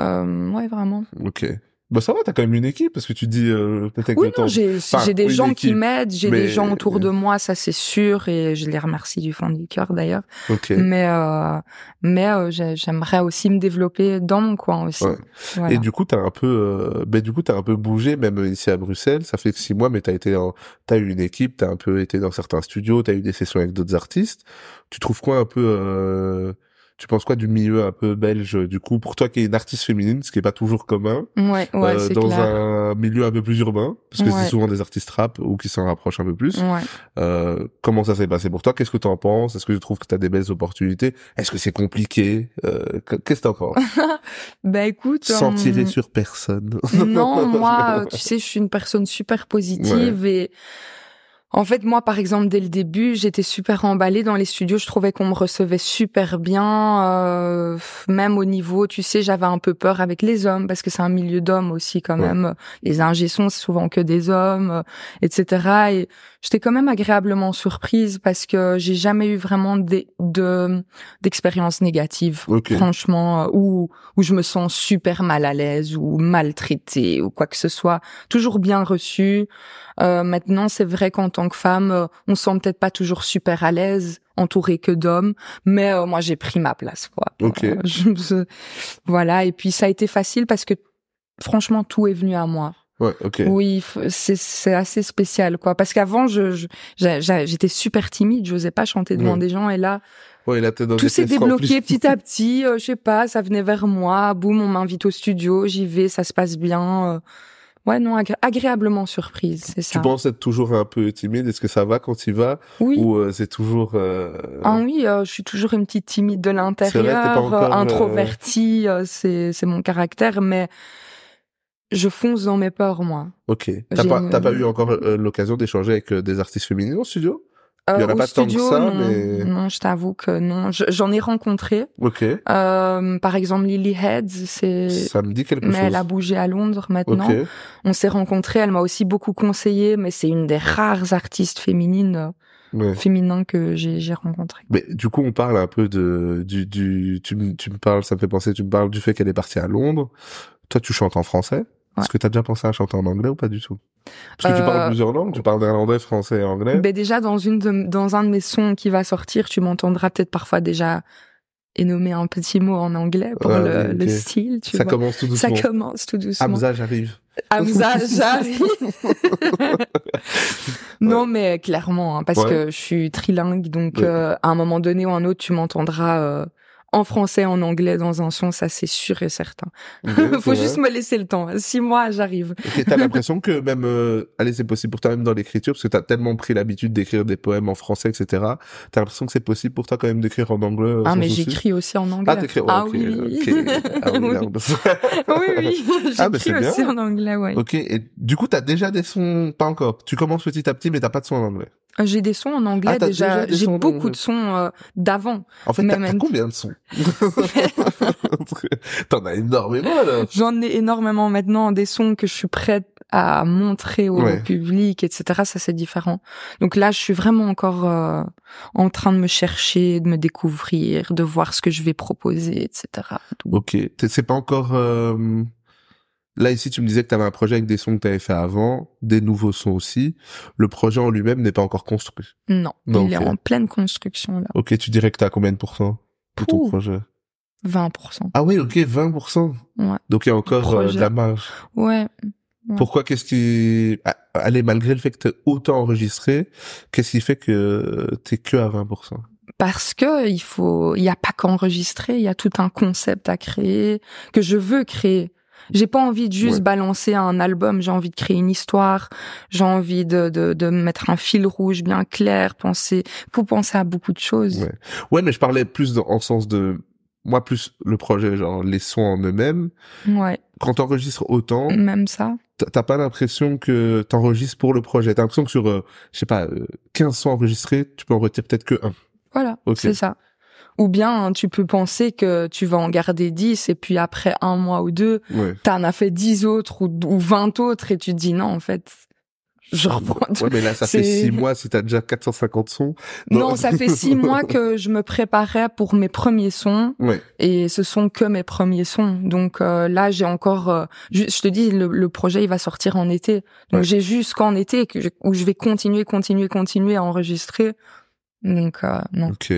[SPEAKER 3] euh, ouais, vraiment.
[SPEAKER 2] Ok. Bah ça va, t'as quand même une équipe parce que tu dis euh, peut-être avec
[SPEAKER 3] Oui,
[SPEAKER 2] le temps.
[SPEAKER 3] non, j'ai
[SPEAKER 2] Enfin,
[SPEAKER 3] j'ai des
[SPEAKER 2] oui,
[SPEAKER 3] gens qui
[SPEAKER 2] l'équipe,
[SPEAKER 3] m'aident, j'ai
[SPEAKER 2] mais- euh,
[SPEAKER 3] des gens autour de moi, ça c'est sûr, et je les remercie du fond du cœur d'ailleurs.
[SPEAKER 2] Ok.
[SPEAKER 3] Mais euh, mais euh, j'ai- j'aimerais aussi me développer dans mon coin aussi.
[SPEAKER 2] Ouais.
[SPEAKER 3] Voilà.
[SPEAKER 2] Et du coup, t'as un peu, euh, ben du coup, t'as un peu bougé, même ici à Bruxelles. Ça fait que six mois, mais t'as été, en- t'as eu une équipe, t'as un peu été dans certains studios, t'as eu des sessions avec d'autres artistes. Tu trouves quoi un peu, euh, tu penses quoi du milieu un peu belge, du coup, pour toi qui est une artiste féminine, ce qui est pas toujours commun,
[SPEAKER 3] Ouais, ouais,
[SPEAKER 2] euh,
[SPEAKER 3] c'est
[SPEAKER 2] dans
[SPEAKER 3] clair.
[SPEAKER 2] un milieu un peu plus urbain, parce que c'est
[SPEAKER 3] Ouais. Mm.
[SPEAKER 2] souvent des artistes rap ou qui s'en rapprochent un peu plus.
[SPEAKER 3] Ouais.
[SPEAKER 2] Euh, comment ça s'est passé pour toi Qu'est-ce que t'en penses Est-ce que tu trouves que t'as des belles opportunités Est-ce que c'est compliqué Euh, que- Qu'est-ce que t'en penses
[SPEAKER 3] Bah écoute.
[SPEAKER 2] Sans
[SPEAKER 3] euh,
[SPEAKER 2] tirer sur personne.
[SPEAKER 3] Non, moi, euh, tu sais, je suis une personne super positive et En fait, moi, par exemple, dès le début, j'étais super emballée dans les studios. Je trouvais qu'on me recevait super bien, euh, même au niveau, tu sais, j'avais un peu peur avec les hommes parce que c'est un milieu d'hommes aussi quand
[SPEAKER 2] Ouais.
[SPEAKER 3] même. Les ingessons, c'est souvent que des hommes, euh, etc. Et j'étais quand même agréablement surprise parce que j'ai jamais eu vraiment des- de d'expériences négatives,
[SPEAKER 2] Ok.
[SPEAKER 3] franchement, euh, où où je me sens super mal à l'aise ou maltraitée ou quoi que ce soit. Toujours bien reçue. Euh, maintenant, c'est vrai qu'en tant que femme, euh, on se sent peut-être pas toujours super à l'aise, entourée que d'hommes, mais euh, moi j'ai pris ma place, quoi.
[SPEAKER 2] Ok.
[SPEAKER 3] Euh, je me suis- voilà, et puis ça a été facile parce que franchement, tout est venu à moi.
[SPEAKER 2] Ouais, ok.
[SPEAKER 3] Oui, f- c'est- c'est assez spécial, quoi. Parce qu'avant, je je- j'a- j'a- j'étais super timide, je n'osais pas chanter devant
[SPEAKER 2] Ouais.
[SPEAKER 3] des gens, et là,
[SPEAKER 2] Ouais, il a peut-être dans
[SPEAKER 3] oh, tout
[SPEAKER 2] des
[SPEAKER 3] s'est
[SPEAKER 2] pièces remplies.
[SPEAKER 3] débloqué petit à petit. euh, je sais pas, ça venait vers moi. Boum, on m'invite au studio, j'y vais, ça se passe bien. euh. ouais, non, agré- agréablement surprise, c'est ça.
[SPEAKER 2] Tu penses être toujours un peu timide Est-ce que ça va quand il va
[SPEAKER 3] hein. oui.
[SPEAKER 2] Ou euh, c'est toujours... euh,
[SPEAKER 3] Ah oui, euh, je suis toujours une petite timide de
[SPEAKER 2] C'est vrai, t'es pas
[SPEAKER 3] l'intérieur,
[SPEAKER 2] encore,
[SPEAKER 3] euh,
[SPEAKER 2] euh,
[SPEAKER 3] introvertie, euh, c'est c'est mon caractère, mais je fonce dans mes peurs, moi.
[SPEAKER 2] Ok. T'as
[SPEAKER 3] J'ai
[SPEAKER 2] pas,
[SPEAKER 3] une-
[SPEAKER 2] t'as pas eu encore euh, l'occasion d'échanger avec euh, des artistes féminines au studio
[SPEAKER 3] Euh,
[SPEAKER 2] Il y en a
[SPEAKER 3] au
[SPEAKER 2] pas tant que
[SPEAKER 3] studio,
[SPEAKER 2] ça,
[SPEAKER 3] non,
[SPEAKER 2] mais-
[SPEAKER 3] non, je t'avoue que non. Je- J'en ai rencontré,
[SPEAKER 2] Ok.
[SPEAKER 3] euh, par exemple Lily Heads, c'est
[SPEAKER 2] Ça me dit quelque
[SPEAKER 3] mais
[SPEAKER 2] chose.
[SPEAKER 3] elle a bougé à Londres maintenant.
[SPEAKER 2] Ok.
[SPEAKER 3] On s'est rencontrés, elle m'a aussi beaucoup conseillé, mais c'est une des rares artistes féminines,
[SPEAKER 2] Ouais.
[SPEAKER 3] féminins que j'ai j'ai rencontrées.
[SPEAKER 2] Mais du coup, on parle un peu de du du tu me tu me parles, ça me fait penser, tu me parles du fait qu'elle est partie à Londres. Toi, tu chantes en français. Est-ce que t'as déjà pensé à chanter en anglais ou pas du tout Parce que tu
[SPEAKER 3] Euh,
[SPEAKER 2] parles plusieurs langues, tu parles néerlandais, français et anglais.
[SPEAKER 3] Ben déjà dans une de- dans un de mes sons qui va sortir, tu m'entendras peut-être parfois déjà énommer un petit mot en anglais pour
[SPEAKER 2] Ah
[SPEAKER 3] le,
[SPEAKER 2] oui,
[SPEAKER 3] le
[SPEAKER 2] ok.
[SPEAKER 3] style, tu
[SPEAKER 2] ça
[SPEAKER 3] vois.
[SPEAKER 2] commence tout
[SPEAKER 3] Ça
[SPEAKER 2] doucement. Ah,
[SPEAKER 3] commence tout doucement.
[SPEAKER 2] Hamza, j'arrive.
[SPEAKER 3] Hamza, j'arrive. non, mais clairement, hein, parce
[SPEAKER 2] Ouais.
[SPEAKER 3] que je suis trilingue, donc
[SPEAKER 2] Ouais.
[SPEAKER 3] euh, à un moment donné ou un autre, tu m'entendras euh, en français, en anglais, dans un son, ça c'est sûr et certain.
[SPEAKER 2] Ok,
[SPEAKER 3] Faut
[SPEAKER 2] ouais.
[SPEAKER 3] juste me laisser le temps. Six mois, j'arrive.
[SPEAKER 2] Et t'as l'impression que même, euh, allez, c'est possible pour toi même dans l'écriture, parce que t'as tellement pris l'habitude d'écrire des poèmes en français, etc. T'as l'impression que c'est possible pour toi quand même d'écrire en anglais. euh,
[SPEAKER 3] Ah,
[SPEAKER 2] sans
[SPEAKER 3] mais
[SPEAKER 2] souci
[SPEAKER 3] j'écris aussi en anglais.
[SPEAKER 2] Ah, t'écris. ouais,
[SPEAKER 3] ah
[SPEAKER 2] ok,
[SPEAKER 3] oui, oui, oui.
[SPEAKER 2] ok. Ah oui,
[SPEAKER 3] Oui.
[SPEAKER 2] merde.
[SPEAKER 3] oui, oui,
[SPEAKER 2] Ah, mais
[SPEAKER 3] j'écris
[SPEAKER 2] c'est bien.
[SPEAKER 3] aussi en anglais, ouais.
[SPEAKER 2] Ok, et du coup, t'as déjà des sons, pas encore. Tu commences petit à petit, mais t'as pas de sons en anglais.
[SPEAKER 3] J'ai des sons en anglais
[SPEAKER 2] Ah, t'as déjà
[SPEAKER 3] déjà,
[SPEAKER 2] des
[SPEAKER 3] j'ai
[SPEAKER 2] sons en
[SPEAKER 3] beaucoup
[SPEAKER 2] anglais.
[SPEAKER 3] de sons euh, d'avant.
[SPEAKER 2] En fait,
[SPEAKER 3] Mais
[SPEAKER 2] t'as t'as
[SPEAKER 3] même-
[SPEAKER 2] combien de sons T'en as énormément alors.
[SPEAKER 3] J'en ai énormément maintenant, des sons que je suis prête à montrer au
[SPEAKER 2] Ouais.
[SPEAKER 3] public, etc. Ça, c'est différent. Donc là, je suis vraiment encore euh, en train de me chercher, de me découvrir, de voir ce que je vais proposer, etc. Donc,
[SPEAKER 2] Ok, T'es- c'est pas encore. euh, Là ici, tu me disais que t'avais un projet avec des sons que t'avais fait avant, des nouveaux sons aussi. Le projet en lui-même n'est pas encore construit.
[SPEAKER 3] non,
[SPEAKER 2] Non,
[SPEAKER 3] il
[SPEAKER 2] Bah, ok.
[SPEAKER 3] est en pleine construction, là.
[SPEAKER 2] Ok, tu dirais que t'as combien de pourcents pour ton
[SPEAKER 3] Pouh.
[SPEAKER 2] projet
[SPEAKER 3] 20%.
[SPEAKER 2] Ah oui, ok, 20%.
[SPEAKER 3] Ouais.
[SPEAKER 2] Donc il y a encore euh, de
[SPEAKER 3] Projet.
[SPEAKER 2] la marge.
[SPEAKER 3] Ouais. Ouais.
[SPEAKER 2] Pourquoi Qu'est-ce qui Ah, Allez, malgré le fait que t'es autant enregistré, qu'est-ce qui fait que t'es que à 20%
[SPEAKER 3] parce que il faut, il y a pas qu'enregistrer, il y a tout un concept à créer que je veux créer. J'ai pas envie de juste
[SPEAKER 2] Ouais.
[SPEAKER 3] balancer un album, j'ai envie de créer une histoire, j'ai envie de, de, de mettre un fil rouge bien clair, penser, faut penser à beaucoup de choses.
[SPEAKER 2] Ouais. Ouais, mais je parlais plus dans, en sens de moi plus le projet, genre les sons en eux-mêmes.
[SPEAKER 3] Ouais,
[SPEAKER 2] Quand t'enregistres autant,
[SPEAKER 3] même ça.
[SPEAKER 2] t'as- t'as pas l'impression que t'enregistres pour le projet. T'as l'impression que sur, euh, je sais pas, euh, 15 sons enregistrés, tu peux en retirer peut-être que un.
[SPEAKER 3] Voilà,
[SPEAKER 2] Ok.
[SPEAKER 3] c'est ça. Ou bien hein, tu peux penser que tu vas en garder 10 et puis après un mois ou deux,
[SPEAKER 2] Ouais.
[SPEAKER 3] t'en as fait 10 autres ou, ou 20 autres et tu te dis non en fait, je reprends
[SPEAKER 2] Ouais, mais là, ça fait
[SPEAKER 3] C'est-
[SPEAKER 2] 6 mois si t'as déjà 450 sons.
[SPEAKER 3] Non, ça fait six mois que je me préparais pour mes premiers sons
[SPEAKER 2] Ouais.
[SPEAKER 3] et ce sont que mes premiers sons. Donc euh, là, j'ai encore, euh, ju- je te dis, le, le projet il va sortir en été. Donc
[SPEAKER 2] Ouais.
[SPEAKER 3] j'ai jusqu'en été que je- où je vais continuer, continuer, continuer à enregistrer. Donc euh, non.
[SPEAKER 2] Ok.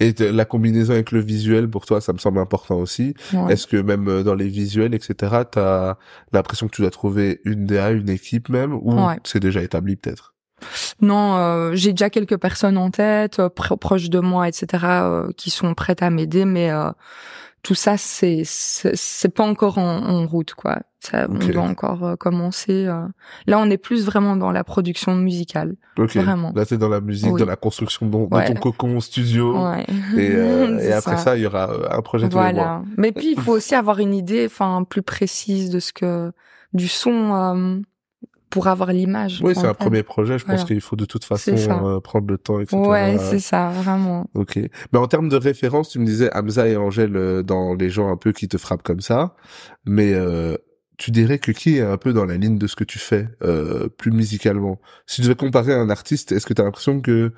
[SPEAKER 2] Et t- la combinaison avec le visuel, pour toi, ça me semble important aussi.
[SPEAKER 3] Ouais.
[SPEAKER 2] Est-ce que même euh, dans les visuels, etc., t'as l'impression que tu dois trouver une DA, une équipe même, ou
[SPEAKER 3] Ouais.
[SPEAKER 2] c'est déjà établi peut-être
[SPEAKER 3] Non, euh, j'ai déjà quelques personnes en tête, euh, pro- proches de moi, etc., euh, qui sont prêtes à m'aider, mais euh, tout ça, c'est c'est c'est pas encore en, en route, quoi. Ça,
[SPEAKER 2] Ok.
[SPEAKER 3] On doit encore euh, commencer. euh. Là, on est plus vraiment dans la production musicale,
[SPEAKER 2] Ok.
[SPEAKER 3] Vraiment.
[SPEAKER 2] Là, t'es dans la musique,
[SPEAKER 3] Oui.
[SPEAKER 2] dans la construction de, de
[SPEAKER 3] Ouais.
[SPEAKER 2] ton cocon studio.
[SPEAKER 3] ouais.
[SPEAKER 2] Oh. Et, euh, et
[SPEAKER 3] C'est
[SPEAKER 2] après ça, il y aura euh, un projet tous les mois.
[SPEAKER 3] voilà. Mais puis, il faut aussi avoir une idée, enfin, plus précise de ce que du son. euh, pour avoir l'image.
[SPEAKER 2] Oui, c'est un
[SPEAKER 3] en fait.
[SPEAKER 2] premier projet. Je pense
[SPEAKER 3] Voilà.
[SPEAKER 2] qu'il faut de toute
[SPEAKER 3] C'est
[SPEAKER 2] façon
[SPEAKER 3] ça.
[SPEAKER 2] euh, prendre le temps, etc.
[SPEAKER 3] Ouais,
[SPEAKER 2] Euh,
[SPEAKER 3] c'est ça, vraiment.
[SPEAKER 2] Ok. Mais en termes de référence, tu me disais Hamza et Angèle euh, dans les gens un peu qui te frappent comme ça. Mais euh, tu dirais que qui est un peu dans la ligne de ce que tu fais, euh, plus musicalement Si tu devais comparer un artiste, est-ce que tu as l'impression que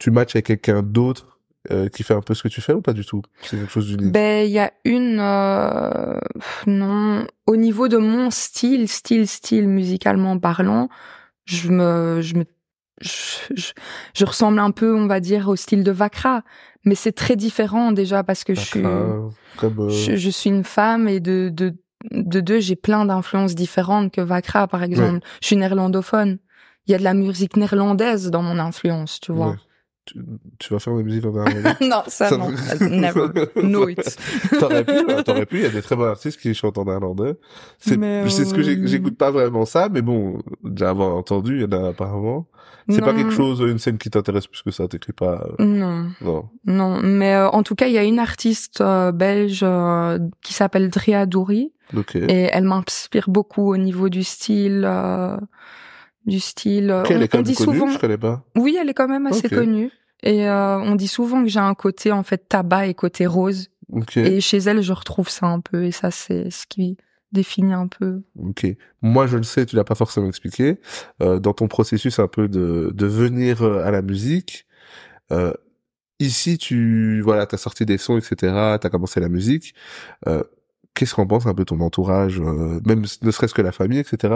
[SPEAKER 2] tu matches avec quelqu'un d'autre euh, qui fait un peu ce que tu fais ou pas du tout C'est quelque chose d'unique.
[SPEAKER 3] Ben, il y a une, euh, pff, non, au niveau de mon style, style, style musicalement parlant, je me, je me, je, je- je ressemble un peu, on va dire, au style de Vakra, mais c'est très différent déjà parce que je suis,
[SPEAKER 2] Chakra, Comme, euh,
[SPEAKER 3] je, je suis une femme et de, de, de deux, j'ai plein d'influences différentes que Vakra, par exemple. Je suis néerlandophone. Il y a de la musique néerlandaise dans mon influence, tu vois.
[SPEAKER 2] ouais. tu, tu vas faire de la musique en dernier
[SPEAKER 3] non, ça,
[SPEAKER 2] Ça-
[SPEAKER 3] non. Never. No it.
[SPEAKER 2] T'aurais pu, hein, t'aurais pu. Il y a des très bons artistes qui chantent en hein. néerlandais. C'est,
[SPEAKER 3] Mais,
[SPEAKER 2] c'est ce que j'ai-
[SPEAKER 3] euh,
[SPEAKER 2] j'écoute pas vraiment ça, mais bon, déjà avoir entendu, il y en a apparemment. C'est pas
[SPEAKER 3] Non.
[SPEAKER 2] quelque chose, une scène qui t'intéresse plus que ça. T'écris pas, euh,
[SPEAKER 3] Non.
[SPEAKER 2] non.
[SPEAKER 3] Non, mais euh, en tout cas, il y a une artiste euh, belge euh, qui s'appelle Drea Douri
[SPEAKER 2] Ok.
[SPEAKER 3] et euh, elle m'inspire beaucoup au niveau du style. euh, du style. euh,
[SPEAKER 2] Ok, elle est
[SPEAKER 3] on,
[SPEAKER 2] quand
[SPEAKER 3] on
[SPEAKER 2] même
[SPEAKER 3] dit
[SPEAKER 2] connue,
[SPEAKER 3] souvent.
[SPEAKER 2] je connais pas.
[SPEAKER 3] Oui, elle est quand même assez
[SPEAKER 2] Ok.
[SPEAKER 3] connue. Et euh, on dit souvent que j'ai un côté en fait tabac et côté rose.
[SPEAKER 2] Ok.
[SPEAKER 3] Et chez elle, je retrouve ça un peu. Et ça, c'est ce qui définit un peu.
[SPEAKER 2] Ok. Moi, je le sais, tu l'as pas forcément expliqué. Euh, dans ton processus un peu de, de venir euh, à la musique, euh, ici, tu voilà, t'as sorti des sons, etc. T'as commencé la musique. Euh, Qu'est-ce qu'en pense un peu ton entourage, euh, même s- ne serait-ce que la famille, etc.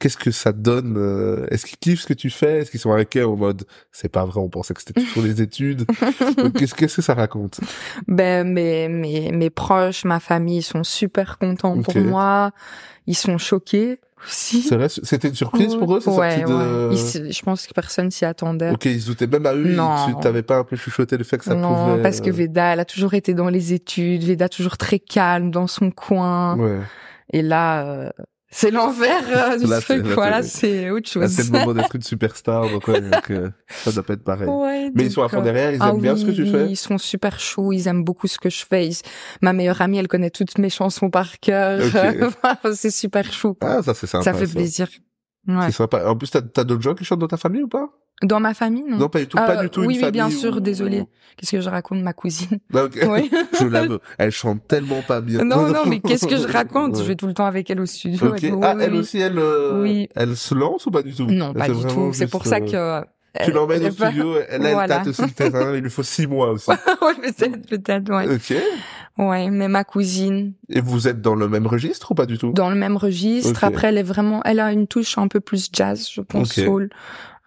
[SPEAKER 2] Qu'est-ce que ça donne euh, Est-ce qu'ils kiffent ce que tu fais Est-ce qu'ils sont inquiets en mode c'est pas vrai On pensait que c'était pour les études. Donc, Qu'est-ce qu'est-ce que ça raconte
[SPEAKER 3] Ben, mes, mes, mes proches, ma famille, ils sont super contents
[SPEAKER 2] Ok.
[SPEAKER 3] pour moi. Ils sont choqués aussi.
[SPEAKER 2] C'est vrai, C'était une surprise pour eux, c'est
[SPEAKER 3] Ouais,
[SPEAKER 2] sorti de.
[SPEAKER 3] ouais. Ils se- je pense que personne s'y attendait.
[SPEAKER 2] Ok, ils se doutaient même à eux,
[SPEAKER 3] Non.
[SPEAKER 2] tu t'avais pas un peu chuchoté le fait que ça
[SPEAKER 3] non,
[SPEAKER 2] pouvait...
[SPEAKER 3] parce que
[SPEAKER 2] euh,
[SPEAKER 3] Veda, elle a toujours été dans les études, Veda toujours très calme dans son coin.
[SPEAKER 2] Ouais,
[SPEAKER 3] Et là, euh, c'est l'enfer euh, du
[SPEAKER 2] Là, c'est-
[SPEAKER 3] truc.
[SPEAKER 2] là,
[SPEAKER 3] voilà,
[SPEAKER 2] c'est-
[SPEAKER 3] c'est autre
[SPEAKER 2] Là,
[SPEAKER 3] chose.
[SPEAKER 2] Ah, c'est le moment d'être une superstar, donc, ouais, donc euh, ça doit pas être pareil.
[SPEAKER 3] Ouais,
[SPEAKER 2] Mais ils
[SPEAKER 3] donc,
[SPEAKER 2] sont à fond
[SPEAKER 3] euh,
[SPEAKER 2] derrière, ils aiment
[SPEAKER 3] ah
[SPEAKER 2] bien ce que
[SPEAKER 3] oui,
[SPEAKER 2] tu
[SPEAKER 3] oui,
[SPEAKER 2] fais.
[SPEAKER 3] Ils sont super chauds, ils aiment beaucoup ce que je fais. Ils- Ma meilleure amie, elle connaît toutes mes chansons par cœur.
[SPEAKER 2] Ok.
[SPEAKER 3] c'est super chou. quoi.
[SPEAKER 2] Ah, ça c'est sympa.
[SPEAKER 3] ça fait plaisir. Ouais.
[SPEAKER 2] C'est sympa. En plus, t'as, t'as d'autres gens qui chantent dans ta famille ou pas
[SPEAKER 3] Dans ma famille, non,
[SPEAKER 2] Non, pas du tout,
[SPEAKER 3] Euh,
[SPEAKER 2] pas du tout.
[SPEAKER 3] oui,
[SPEAKER 2] une
[SPEAKER 3] oui, bien
[SPEAKER 2] famille
[SPEAKER 3] sûr,
[SPEAKER 2] où-
[SPEAKER 3] désolée. Qu'est-ce que je raconte, ma cousine
[SPEAKER 2] Ah, ok.
[SPEAKER 3] Oui.
[SPEAKER 2] je la veux. Elle chante tellement pas bien.
[SPEAKER 3] Non, non, mais qu'est-ce que je raconte Je
[SPEAKER 2] Ouais.
[SPEAKER 3] vais tout le temps avec elle au studio.
[SPEAKER 2] Ok.
[SPEAKER 3] elle- oui,
[SPEAKER 2] ah,
[SPEAKER 3] oui,
[SPEAKER 2] elle
[SPEAKER 3] oui.
[SPEAKER 2] aussi, elle, euh,
[SPEAKER 3] Oui.
[SPEAKER 2] elle se lance ou pas du tout
[SPEAKER 3] Non, pas
[SPEAKER 2] C'est
[SPEAKER 3] du
[SPEAKER 2] vraiment
[SPEAKER 3] tout. C'est
[SPEAKER 2] juste,
[SPEAKER 3] pour ça
[SPEAKER 2] euh,
[SPEAKER 3] que... euh,
[SPEAKER 2] Tu
[SPEAKER 3] elle-
[SPEAKER 2] l'emmènes au
[SPEAKER 3] elle va-
[SPEAKER 2] studio, elle, elle
[SPEAKER 3] Voilà.
[SPEAKER 2] tâte aussi le terrain, il lui faut six mois aussi.
[SPEAKER 3] ouais, peut-être, peut-être, ouais.
[SPEAKER 2] ok.
[SPEAKER 3] Ouais, mais ma cousine,
[SPEAKER 2] Et vous êtes dans le même registre ou pas du tout
[SPEAKER 3] dans le même registre.
[SPEAKER 2] Ok.
[SPEAKER 3] Après, elle est vraiment... Elle a une touche un peu plus jazz, je pense,
[SPEAKER 2] Ok.
[SPEAKER 3] soul.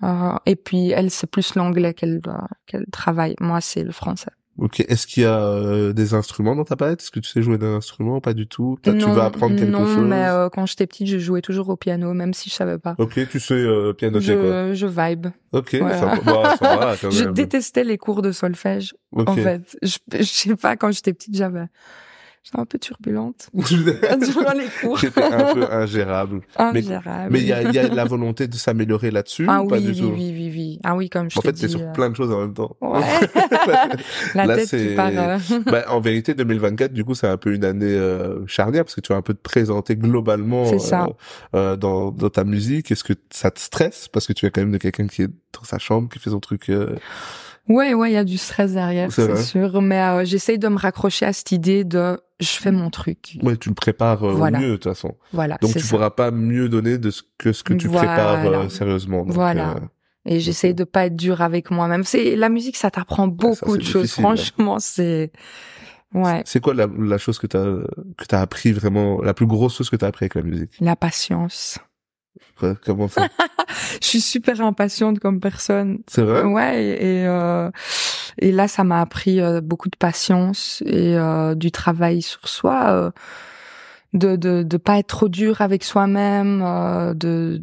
[SPEAKER 3] Euh, et puis, elle, c'est plus l'anglais qu'elle euh, qu'elle travaille. Moi, c'est le français.
[SPEAKER 2] Ok, est-ce qu'il y a euh, des instruments dans ta palette Est-ce que tu sais jouer d'un instrument Pas du tout. Peut-être tu
[SPEAKER 3] Non,
[SPEAKER 2] vas apprendre quelque
[SPEAKER 3] non,
[SPEAKER 2] chose.
[SPEAKER 3] mais euh, quand j'étais petite, je jouais toujours au piano, même si je savais pas.
[SPEAKER 2] Ok, tu sais euh, pianoter quoi. Ah
[SPEAKER 3] Je, je vibe.
[SPEAKER 2] Ok,
[SPEAKER 3] voilà.
[SPEAKER 2] ça, bah, ça va quand même.
[SPEAKER 3] Je détestais les cours de solfège.
[SPEAKER 2] Ok.
[SPEAKER 3] en fait. Je, je sais pas, quand j'étais petite, j'avais, j'étais un peu turbulente durant les cours.
[SPEAKER 2] J'étais un peu ingérable.
[SPEAKER 3] Ah Ingérable.
[SPEAKER 2] Mais il y a, il y a la volonté de s'améliorer là-dessus
[SPEAKER 3] ah
[SPEAKER 2] ou pas
[SPEAKER 3] oui,
[SPEAKER 2] du
[SPEAKER 3] oui,
[SPEAKER 2] tout
[SPEAKER 3] oui, oui, oui. Ah oui, comme je
[SPEAKER 2] En
[SPEAKER 3] te
[SPEAKER 2] fait,
[SPEAKER 3] dis.
[SPEAKER 2] t'es sur
[SPEAKER 3] euh,
[SPEAKER 2] plein de choses en même temps.
[SPEAKER 3] Ouais. La
[SPEAKER 2] Là,
[SPEAKER 3] tête
[SPEAKER 2] c'est-
[SPEAKER 3] qui part. euh,
[SPEAKER 2] Bah, en vérité, 2024, du coup, c'est un peu une année euh, charnière parce que tu vas un peu te présenter globalement
[SPEAKER 3] C'est ça.
[SPEAKER 2] euh, euh, dans, dans ta musique. Est-ce que ça te stresse parce que tu es quand même de quelqu'un qui est dans sa chambre, qui fait son truc. euh,
[SPEAKER 3] Ouais, ouais, il y a du stress derrière,
[SPEAKER 2] C'est
[SPEAKER 3] c'est
[SPEAKER 2] vrai.
[SPEAKER 3] sûr. Mais euh, j'essaye de me raccrocher à cette idée de je fais mon truc.
[SPEAKER 2] Ouais, tu le prépares euh, au
[SPEAKER 3] Voilà.
[SPEAKER 2] mieux de toute façon.
[SPEAKER 3] Voilà.
[SPEAKER 2] Donc
[SPEAKER 3] c'est
[SPEAKER 2] tu
[SPEAKER 3] ça.
[SPEAKER 2] pourras pas mieux donner de ce que ce que tu
[SPEAKER 3] Voilà.
[SPEAKER 2] prépares euh, sérieusement. Donc,
[SPEAKER 3] Voilà.
[SPEAKER 2] euh,
[SPEAKER 3] Et j'essaye de pas être dure avec moi-même. C'est la musique, ça t'apprend beaucoup
[SPEAKER 2] Ah, c'est
[SPEAKER 3] de choses.
[SPEAKER 2] difficile, ouais.
[SPEAKER 3] Franchement, c'est ouais
[SPEAKER 2] C'est quoi la, la chose que t'as que t'as appris vraiment la plus grosse chose que t'as appris avec la musique
[SPEAKER 3] la patience.
[SPEAKER 2] Quoi, Comment ça
[SPEAKER 3] Je suis super impatiente comme personne.
[SPEAKER 2] C'est vrai
[SPEAKER 3] Ouais, et, et, euh, et là, ça m'a appris euh, beaucoup de patience et euh, du travail sur soi, euh, de, de de pas être trop dur avec soi-même, euh, de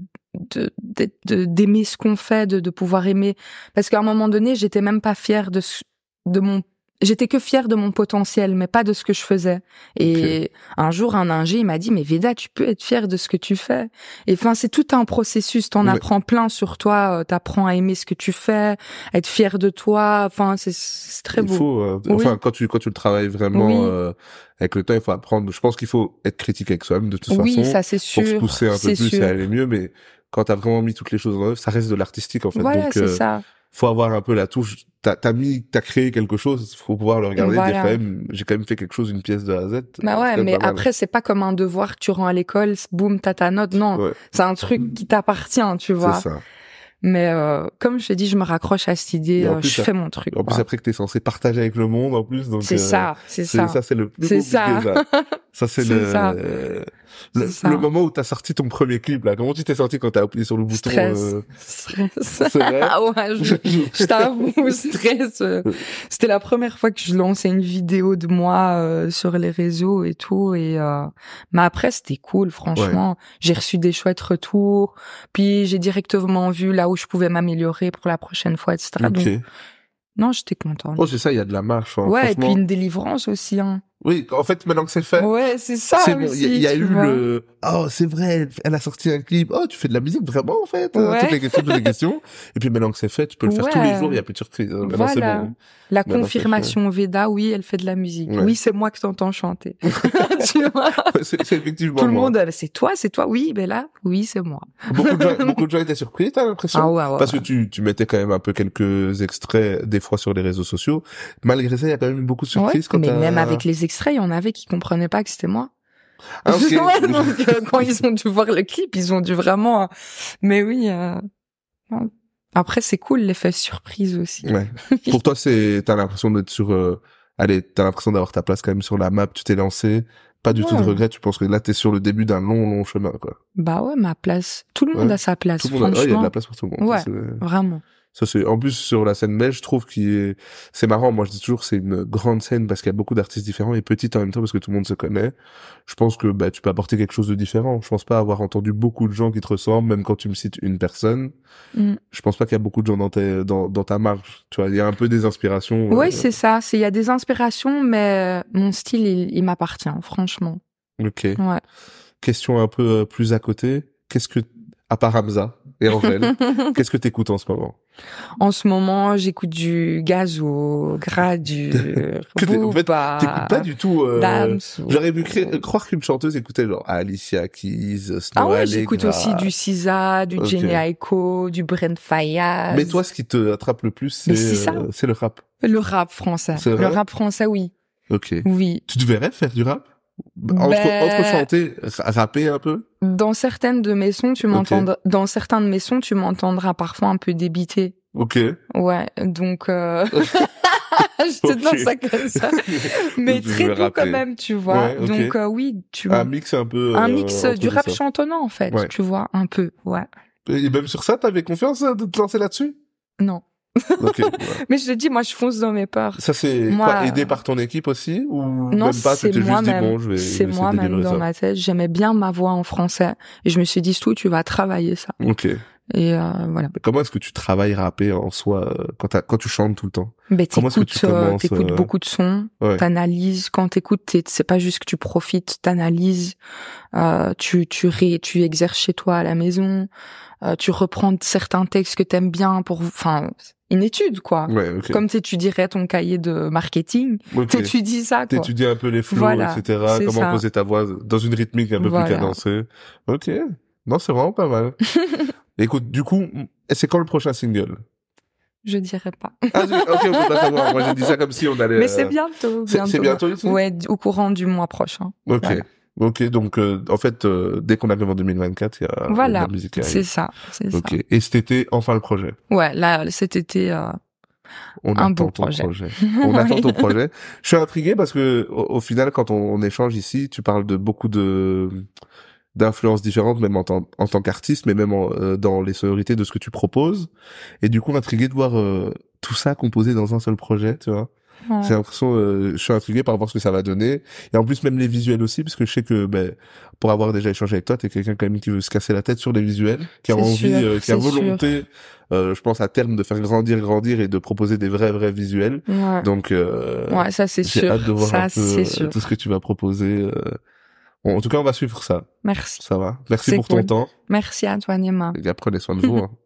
[SPEAKER 3] de- d'être- de- d'aimer ce qu'on fait, de, de pouvoir aimer. Parce qu'à un moment donné, j'étais même pas fière de ce- de mon J'étais que fière de mon potentiel, mais pas de ce que je faisais. Et un jour, un ingé, il m'a dit, mais Veda, tu peux être fière de ce que tu fais. Et enfin, c'est tout un processus. T'en
[SPEAKER 2] Ouais.
[SPEAKER 3] apprends plein sur toi. euh, T'apprends à aimer ce que tu fais, à être fier de toi. Enfin, c'est- c'est très
[SPEAKER 2] il
[SPEAKER 3] beau.
[SPEAKER 2] faut euh, enfin quand tu quand tu le travailles vraiment
[SPEAKER 3] Oui.
[SPEAKER 2] euh, avec le temps il faut apprendre je pense qu'il faut être critique avec soi-même de toute
[SPEAKER 3] oui,
[SPEAKER 2] façon
[SPEAKER 3] ça c'est
[SPEAKER 2] pour se
[SPEAKER 3] sûr.
[SPEAKER 2] pousser un peu
[SPEAKER 3] C'est
[SPEAKER 2] plus et
[SPEAKER 3] sûr.
[SPEAKER 2] aller mieux mais quand t'as vraiment mis toutes les choses en œuvre, ça reste de l'artistique en fait.
[SPEAKER 3] Voilà,
[SPEAKER 2] Donc,
[SPEAKER 3] c'est
[SPEAKER 2] euh,
[SPEAKER 3] ça.
[SPEAKER 2] faut avoir un peu la touche. T'as as mis, t'as créé quelque chose, faut pouvoir le regarder, et dire
[SPEAKER 3] Voilà.
[SPEAKER 2] quand même, j'ai quand même fait quelque chose, une pièce de A à Z. euh,
[SPEAKER 3] Bah
[SPEAKER 2] C'est quand
[SPEAKER 3] ouais,
[SPEAKER 2] même
[SPEAKER 3] mais
[SPEAKER 2] pas mal.
[SPEAKER 3] après, c'est pas comme un devoir que tu rends à l'école, c'est boum, t'as ta note. Non,
[SPEAKER 2] Ouais.
[SPEAKER 3] c'est un truc qui t'appartient, tu vois.
[SPEAKER 2] c'est ça.
[SPEAKER 3] Mais euh, comme je te dis, je me raccroche à cette idée,
[SPEAKER 2] Et en
[SPEAKER 3] euh,
[SPEAKER 2] plus,
[SPEAKER 3] je
[SPEAKER 2] ça-
[SPEAKER 3] fais mon truc.
[SPEAKER 2] En plus
[SPEAKER 3] quoi.
[SPEAKER 2] après que t'es censé partager avec le monde, en plus, donc
[SPEAKER 3] c'est
[SPEAKER 2] euh,
[SPEAKER 3] ça, c'est
[SPEAKER 2] c'est-
[SPEAKER 3] ça.
[SPEAKER 2] ça c'est le plus
[SPEAKER 3] C'est
[SPEAKER 2] compliqué,
[SPEAKER 3] ça.
[SPEAKER 2] ça. Ça, c'est
[SPEAKER 3] C'est
[SPEAKER 2] le,
[SPEAKER 3] ça.
[SPEAKER 2] le, le
[SPEAKER 3] ça.
[SPEAKER 2] moment où t'as sorti ton premier clip là. Comment tu t'es senti quand t'as appuyé sur le bouton
[SPEAKER 3] Stress.
[SPEAKER 2] euh,
[SPEAKER 3] Stress.
[SPEAKER 2] C'est vrai.
[SPEAKER 3] Ah ouais, je, je t'avoue, stress. euh, C'était la première fois que je lançais une vidéo de moi euh, sur les réseaux et tout. Et euh, mais après, c'était cool, franchement. J'ai reçu des chouettes retours. Puis j'ai directement vu là où je pouvais m'améliorer pour la prochaine fois, etc. Donc,
[SPEAKER 2] Ok.
[SPEAKER 3] non, j'étais contente.
[SPEAKER 2] Oh c'est ça, il y a de la marche. hein.
[SPEAKER 3] ouais, et
[SPEAKER 2] Franchement,
[SPEAKER 3] puis une délivrance aussi. Hein.
[SPEAKER 2] Oui, en fait maintenant que c'est fait,
[SPEAKER 3] Ouais, c'est ça
[SPEAKER 2] c'est bon. Il y a-
[SPEAKER 3] aussi,
[SPEAKER 2] il y a,
[SPEAKER 3] tu
[SPEAKER 2] eu
[SPEAKER 3] vois.
[SPEAKER 2] le oh c'est vrai, elle a sorti un clip. Oh tu fais de la musique vraiment en fait. hein,
[SPEAKER 3] Ouais.
[SPEAKER 2] Toutes les questions, toutes les questions. Et puis maintenant que c'est fait, tu peux le faire tous les
[SPEAKER 3] Ouais.
[SPEAKER 2] jours. Il y a plus de surprise. hein. Maintenant, c'est
[SPEAKER 3] Voilà.
[SPEAKER 2] bon.
[SPEAKER 3] La
[SPEAKER 2] Bah, dans ce
[SPEAKER 3] confirmation Veda, oui, elle fait de la musique.
[SPEAKER 2] Ouais.
[SPEAKER 3] Oui, c'est moi que t'entends chanter. tu vois
[SPEAKER 2] c'est c'est effectivement
[SPEAKER 3] Tout le
[SPEAKER 2] moi.
[SPEAKER 3] monde, euh, c'est toi, c'est toi, oui, ben là, oui, c'est moi.
[SPEAKER 2] Beaucoup de gens, beaucoup de gens étaient surpris. T'as l'impression.
[SPEAKER 3] Ah ouais, ouais.
[SPEAKER 2] Parce que
[SPEAKER 3] ouais.
[SPEAKER 2] tu, tu mettais quand même un peu quelques extraits des fois sur les réseaux sociaux. Malgré ça, il y a quand même eu beaucoup de surprises
[SPEAKER 3] Ouais,
[SPEAKER 2] quand
[SPEAKER 3] mais
[SPEAKER 2] t'as-
[SPEAKER 3] même avec les extraits, il y en avait qui comprenaient pas que c'était moi.
[SPEAKER 2] Ah, ok.
[SPEAKER 3] Ouais, donc, euh, quand ils ont dû voir le clip, ils ont dû vraiment. euh, Mais oui. euh, non. Après, c'est cool l'effet surprise aussi.
[SPEAKER 2] Ouais. Pour toi, c'est t'as l'impression d'être sur. Euh... Allez, t'as l'impression d'avoir ta place quand même sur la map. Tu t'es lancé. Pas du tout de
[SPEAKER 3] Ouais.
[SPEAKER 2] regret. Tu penses que là, t'es sur le début d'un long, long chemin. Quoi.
[SPEAKER 3] Bah ouais, ma place. Tout le monde
[SPEAKER 2] Ouais.
[SPEAKER 3] a sa place,
[SPEAKER 2] Tout le monde. a- ouais, Il y a de
[SPEAKER 3] franchement.
[SPEAKER 2] la place pour tout le monde. Ça,
[SPEAKER 3] Ouais.
[SPEAKER 2] c'est-
[SPEAKER 3] Vraiment.
[SPEAKER 2] Ça c'est en plus sur la scène belge, je trouve qu'il est c'est marrant. Moi je dis toujours c'est une grande scène parce qu'il y a beaucoup d'artistes différents et petite en même temps parce que tout le monde se connaît. Je pense que bah tu peux apporter quelque chose de différent. Je pense pas avoir entendu beaucoup de gens qui te ressemblent même quand tu me cites une personne.
[SPEAKER 3] Mm.
[SPEAKER 2] Je pense pas qu'il y a beaucoup de gens dans ta dans, dans ta marge. Tu vois, il y a un peu des inspirations.
[SPEAKER 3] Ouais,
[SPEAKER 2] euh,
[SPEAKER 3] c'est ça. C'est il y a des inspirations, mais euh, mon style, il, il m'appartient, franchement.
[SPEAKER 2] OK.
[SPEAKER 3] Ouais.
[SPEAKER 2] Question un peu euh, plus à côté. Qu'est-ce que à part Hamza et Angèle, qu'est-ce que t'écoutes en ce moment
[SPEAKER 3] En ce moment, j'écoute du Gazo, Gradure,
[SPEAKER 2] Que t'es- en fait,
[SPEAKER 3] Booba,
[SPEAKER 2] T'écoutes pas du tout euh,
[SPEAKER 3] Damso.
[SPEAKER 2] J'aurais pu cre- croire qu'une chanteuse écoutait genre Alicia Keys, Snow
[SPEAKER 3] Ah ouais,
[SPEAKER 2] Allegra.
[SPEAKER 3] j'écoute aussi du SZA, du
[SPEAKER 2] Ok.
[SPEAKER 3] Jenny Aiko, du Brent Fayaz.
[SPEAKER 2] Mais toi, ce qui te attrape le plus, c'est
[SPEAKER 3] Mais c'est ça.
[SPEAKER 2] euh, c'est le rap.
[SPEAKER 3] le rap français.
[SPEAKER 2] C'est
[SPEAKER 3] Le
[SPEAKER 2] vrai
[SPEAKER 3] rap français, oui,
[SPEAKER 2] Ok.
[SPEAKER 3] oui.
[SPEAKER 2] Tu te verrais faire du rap Bah, entre,
[SPEAKER 3] Ben-
[SPEAKER 2] entre chanter, ra- rapper un peu
[SPEAKER 3] Dans certaines de mes sons, tu
[SPEAKER 2] Ok.
[SPEAKER 3] m'entends. Dans certains de mes sons, tu m'entendras parfois un peu débiter.
[SPEAKER 2] Ok.
[SPEAKER 3] Ouais, donc euh... je te
[SPEAKER 2] Ok.
[SPEAKER 3] donne ça comme ça, mais
[SPEAKER 2] Je
[SPEAKER 3] très
[SPEAKER 2] vais
[SPEAKER 3] doux quand
[SPEAKER 2] rappeler.
[SPEAKER 3] même, tu vois.
[SPEAKER 2] Ouais, ok. Ah,
[SPEAKER 3] Donc euh, oui, tu
[SPEAKER 2] un
[SPEAKER 3] m'en-
[SPEAKER 2] mix un peu...
[SPEAKER 3] un
[SPEAKER 2] euh,
[SPEAKER 3] mix
[SPEAKER 2] entre
[SPEAKER 3] du
[SPEAKER 2] tout
[SPEAKER 3] rap
[SPEAKER 2] ça.
[SPEAKER 3] chantonnant en fait,
[SPEAKER 2] Ouais.
[SPEAKER 3] tu vois, un peu, ouais.
[SPEAKER 2] Et même sur ça, t'avais confiance hein, de te lancer là-dessus
[SPEAKER 3] Non,
[SPEAKER 2] Ok. ouais.
[SPEAKER 3] mais je te dis, moi, je fonce dans mes peurs.
[SPEAKER 2] Ça, c'est
[SPEAKER 3] Moi,
[SPEAKER 2] quoi
[SPEAKER 3] euh,
[SPEAKER 2] Aidé par ton équipe aussi Ou
[SPEAKER 3] Non,
[SPEAKER 2] même pas Tu
[SPEAKER 3] c'est
[SPEAKER 2] t'es juste dit,
[SPEAKER 3] moi-même.
[SPEAKER 2] bon, je vais je vais
[SPEAKER 3] C'est
[SPEAKER 2] essayer de
[SPEAKER 3] moi-même
[SPEAKER 2] délivrer
[SPEAKER 3] dans
[SPEAKER 2] ça.
[SPEAKER 3] ma tête. J'aimais bien ma voix en français. Et je me suis dit, tout, tu vas travailler ça.
[SPEAKER 2] Ok.
[SPEAKER 3] Et euh, voilà.
[SPEAKER 2] Mais Comment est-ce que tu travailles rapper en soi euh, quand, t'as- quand tu chantes tout le temps
[SPEAKER 3] Ben,
[SPEAKER 2] Comment est-ce que tu
[SPEAKER 3] t'écoutes, euh,
[SPEAKER 2] commences,
[SPEAKER 3] t'écoutes
[SPEAKER 2] euh,
[SPEAKER 3] beaucoup de sons,
[SPEAKER 2] Ouais.
[SPEAKER 3] t'analyses. Quand t'écoutes, t'es- c'est pas juste que tu profites, t'analyses. Euh, tu tu ré, tu exerces chez toi à la maison. Euh, tu reprends certains textes que t'aimes bien pour, enfin, une étude quoi.
[SPEAKER 2] Ouais, ok.
[SPEAKER 3] Ah. Comme t'étudierais ton cahier de marketing,
[SPEAKER 2] Ok.
[SPEAKER 3] t'étudies ça quoi.
[SPEAKER 2] T'étudies un peu les flots,
[SPEAKER 3] Voilà,
[SPEAKER 2] etc.
[SPEAKER 3] c'est
[SPEAKER 2] Comment
[SPEAKER 3] ça.
[SPEAKER 2] poser ta voix dans une rythmique un peu
[SPEAKER 3] Voilà.
[SPEAKER 2] plus cadencée. Ok. Non, c'est vraiment pas mal. Écoute, du coup, et c'est quand le prochain single
[SPEAKER 3] Je dirais pas.
[SPEAKER 2] Ah, c'est- ok, on peut pas savoir. Moi, j'ai dit ça comme si on allait.
[SPEAKER 3] Mais
[SPEAKER 2] euh,
[SPEAKER 3] c'est bientôt.
[SPEAKER 2] C'est c'est bientôt ici
[SPEAKER 3] Ouais, d- au courant du mois prochain.
[SPEAKER 2] Ok.
[SPEAKER 3] voilà.
[SPEAKER 2] Ok, donc euh, en fait, euh, dès qu'on arrive en 2024, il y a
[SPEAKER 3] Voilà,
[SPEAKER 2] la musique qui
[SPEAKER 3] C'est
[SPEAKER 2] arrive.
[SPEAKER 3] ça, c'est
[SPEAKER 2] Ok. Et cet été, enfin le projet.
[SPEAKER 3] ça. Ouais, là cet été, euh,
[SPEAKER 2] On
[SPEAKER 3] Un
[SPEAKER 2] attend
[SPEAKER 3] beau
[SPEAKER 2] ton
[SPEAKER 3] projet.
[SPEAKER 2] projet. On attend
[SPEAKER 3] oui.
[SPEAKER 2] ton projet. Je suis intrigué parce que au, au final, quand on, on échange ici, tu parles de beaucoup de d'influences différentes, même en, tant- en tant qu'artiste, mais même en, euh, dans les sonorités de ce que tu proposes. Et du coup, intrigué de voir euh, tout ça composé dans un seul projet, tu vois.
[SPEAKER 3] Ouais.
[SPEAKER 2] J'ai l'impression, euh, je suis intrigué par voir ce que ça va donner. Et en plus, même les visuels aussi, parce que je sais que ben, pour avoir déjà échangé avec toi, t'es quelqu'un quand même qui veut se casser la tête sur les visuels, qui a
[SPEAKER 3] C'est
[SPEAKER 2] envie,
[SPEAKER 3] sûr,
[SPEAKER 2] euh, qui a
[SPEAKER 3] c'est
[SPEAKER 2] volonté, euh, je pense à terme, de faire grandir, grandir et de proposer des vrais, vrais visuels.
[SPEAKER 3] Ouais.
[SPEAKER 2] Donc, euh,
[SPEAKER 3] Ouais, ça c'est
[SPEAKER 2] j'ai
[SPEAKER 3] sûr.
[SPEAKER 2] hâte de voir
[SPEAKER 3] ça
[SPEAKER 2] un peu
[SPEAKER 3] c'est
[SPEAKER 2] euh,
[SPEAKER 3] sûr.
[SPEAKER 2] tout ce que tu vas proposer. euh. Bon, en tout cas, on va suivre ça.
[SPEAKER 3] Merci.
[SPEAKER 2] Ça va. Merci
[SPEAKER 3] C'est
[SPEAKER 2] pour ton
[SPEAKER 3] cool.
[SPEAKER 2] temps.
[SPEAKER 3] Merci à toi Nima.
[SPEAKER 2] Les gars, prenez soin de vous. hein.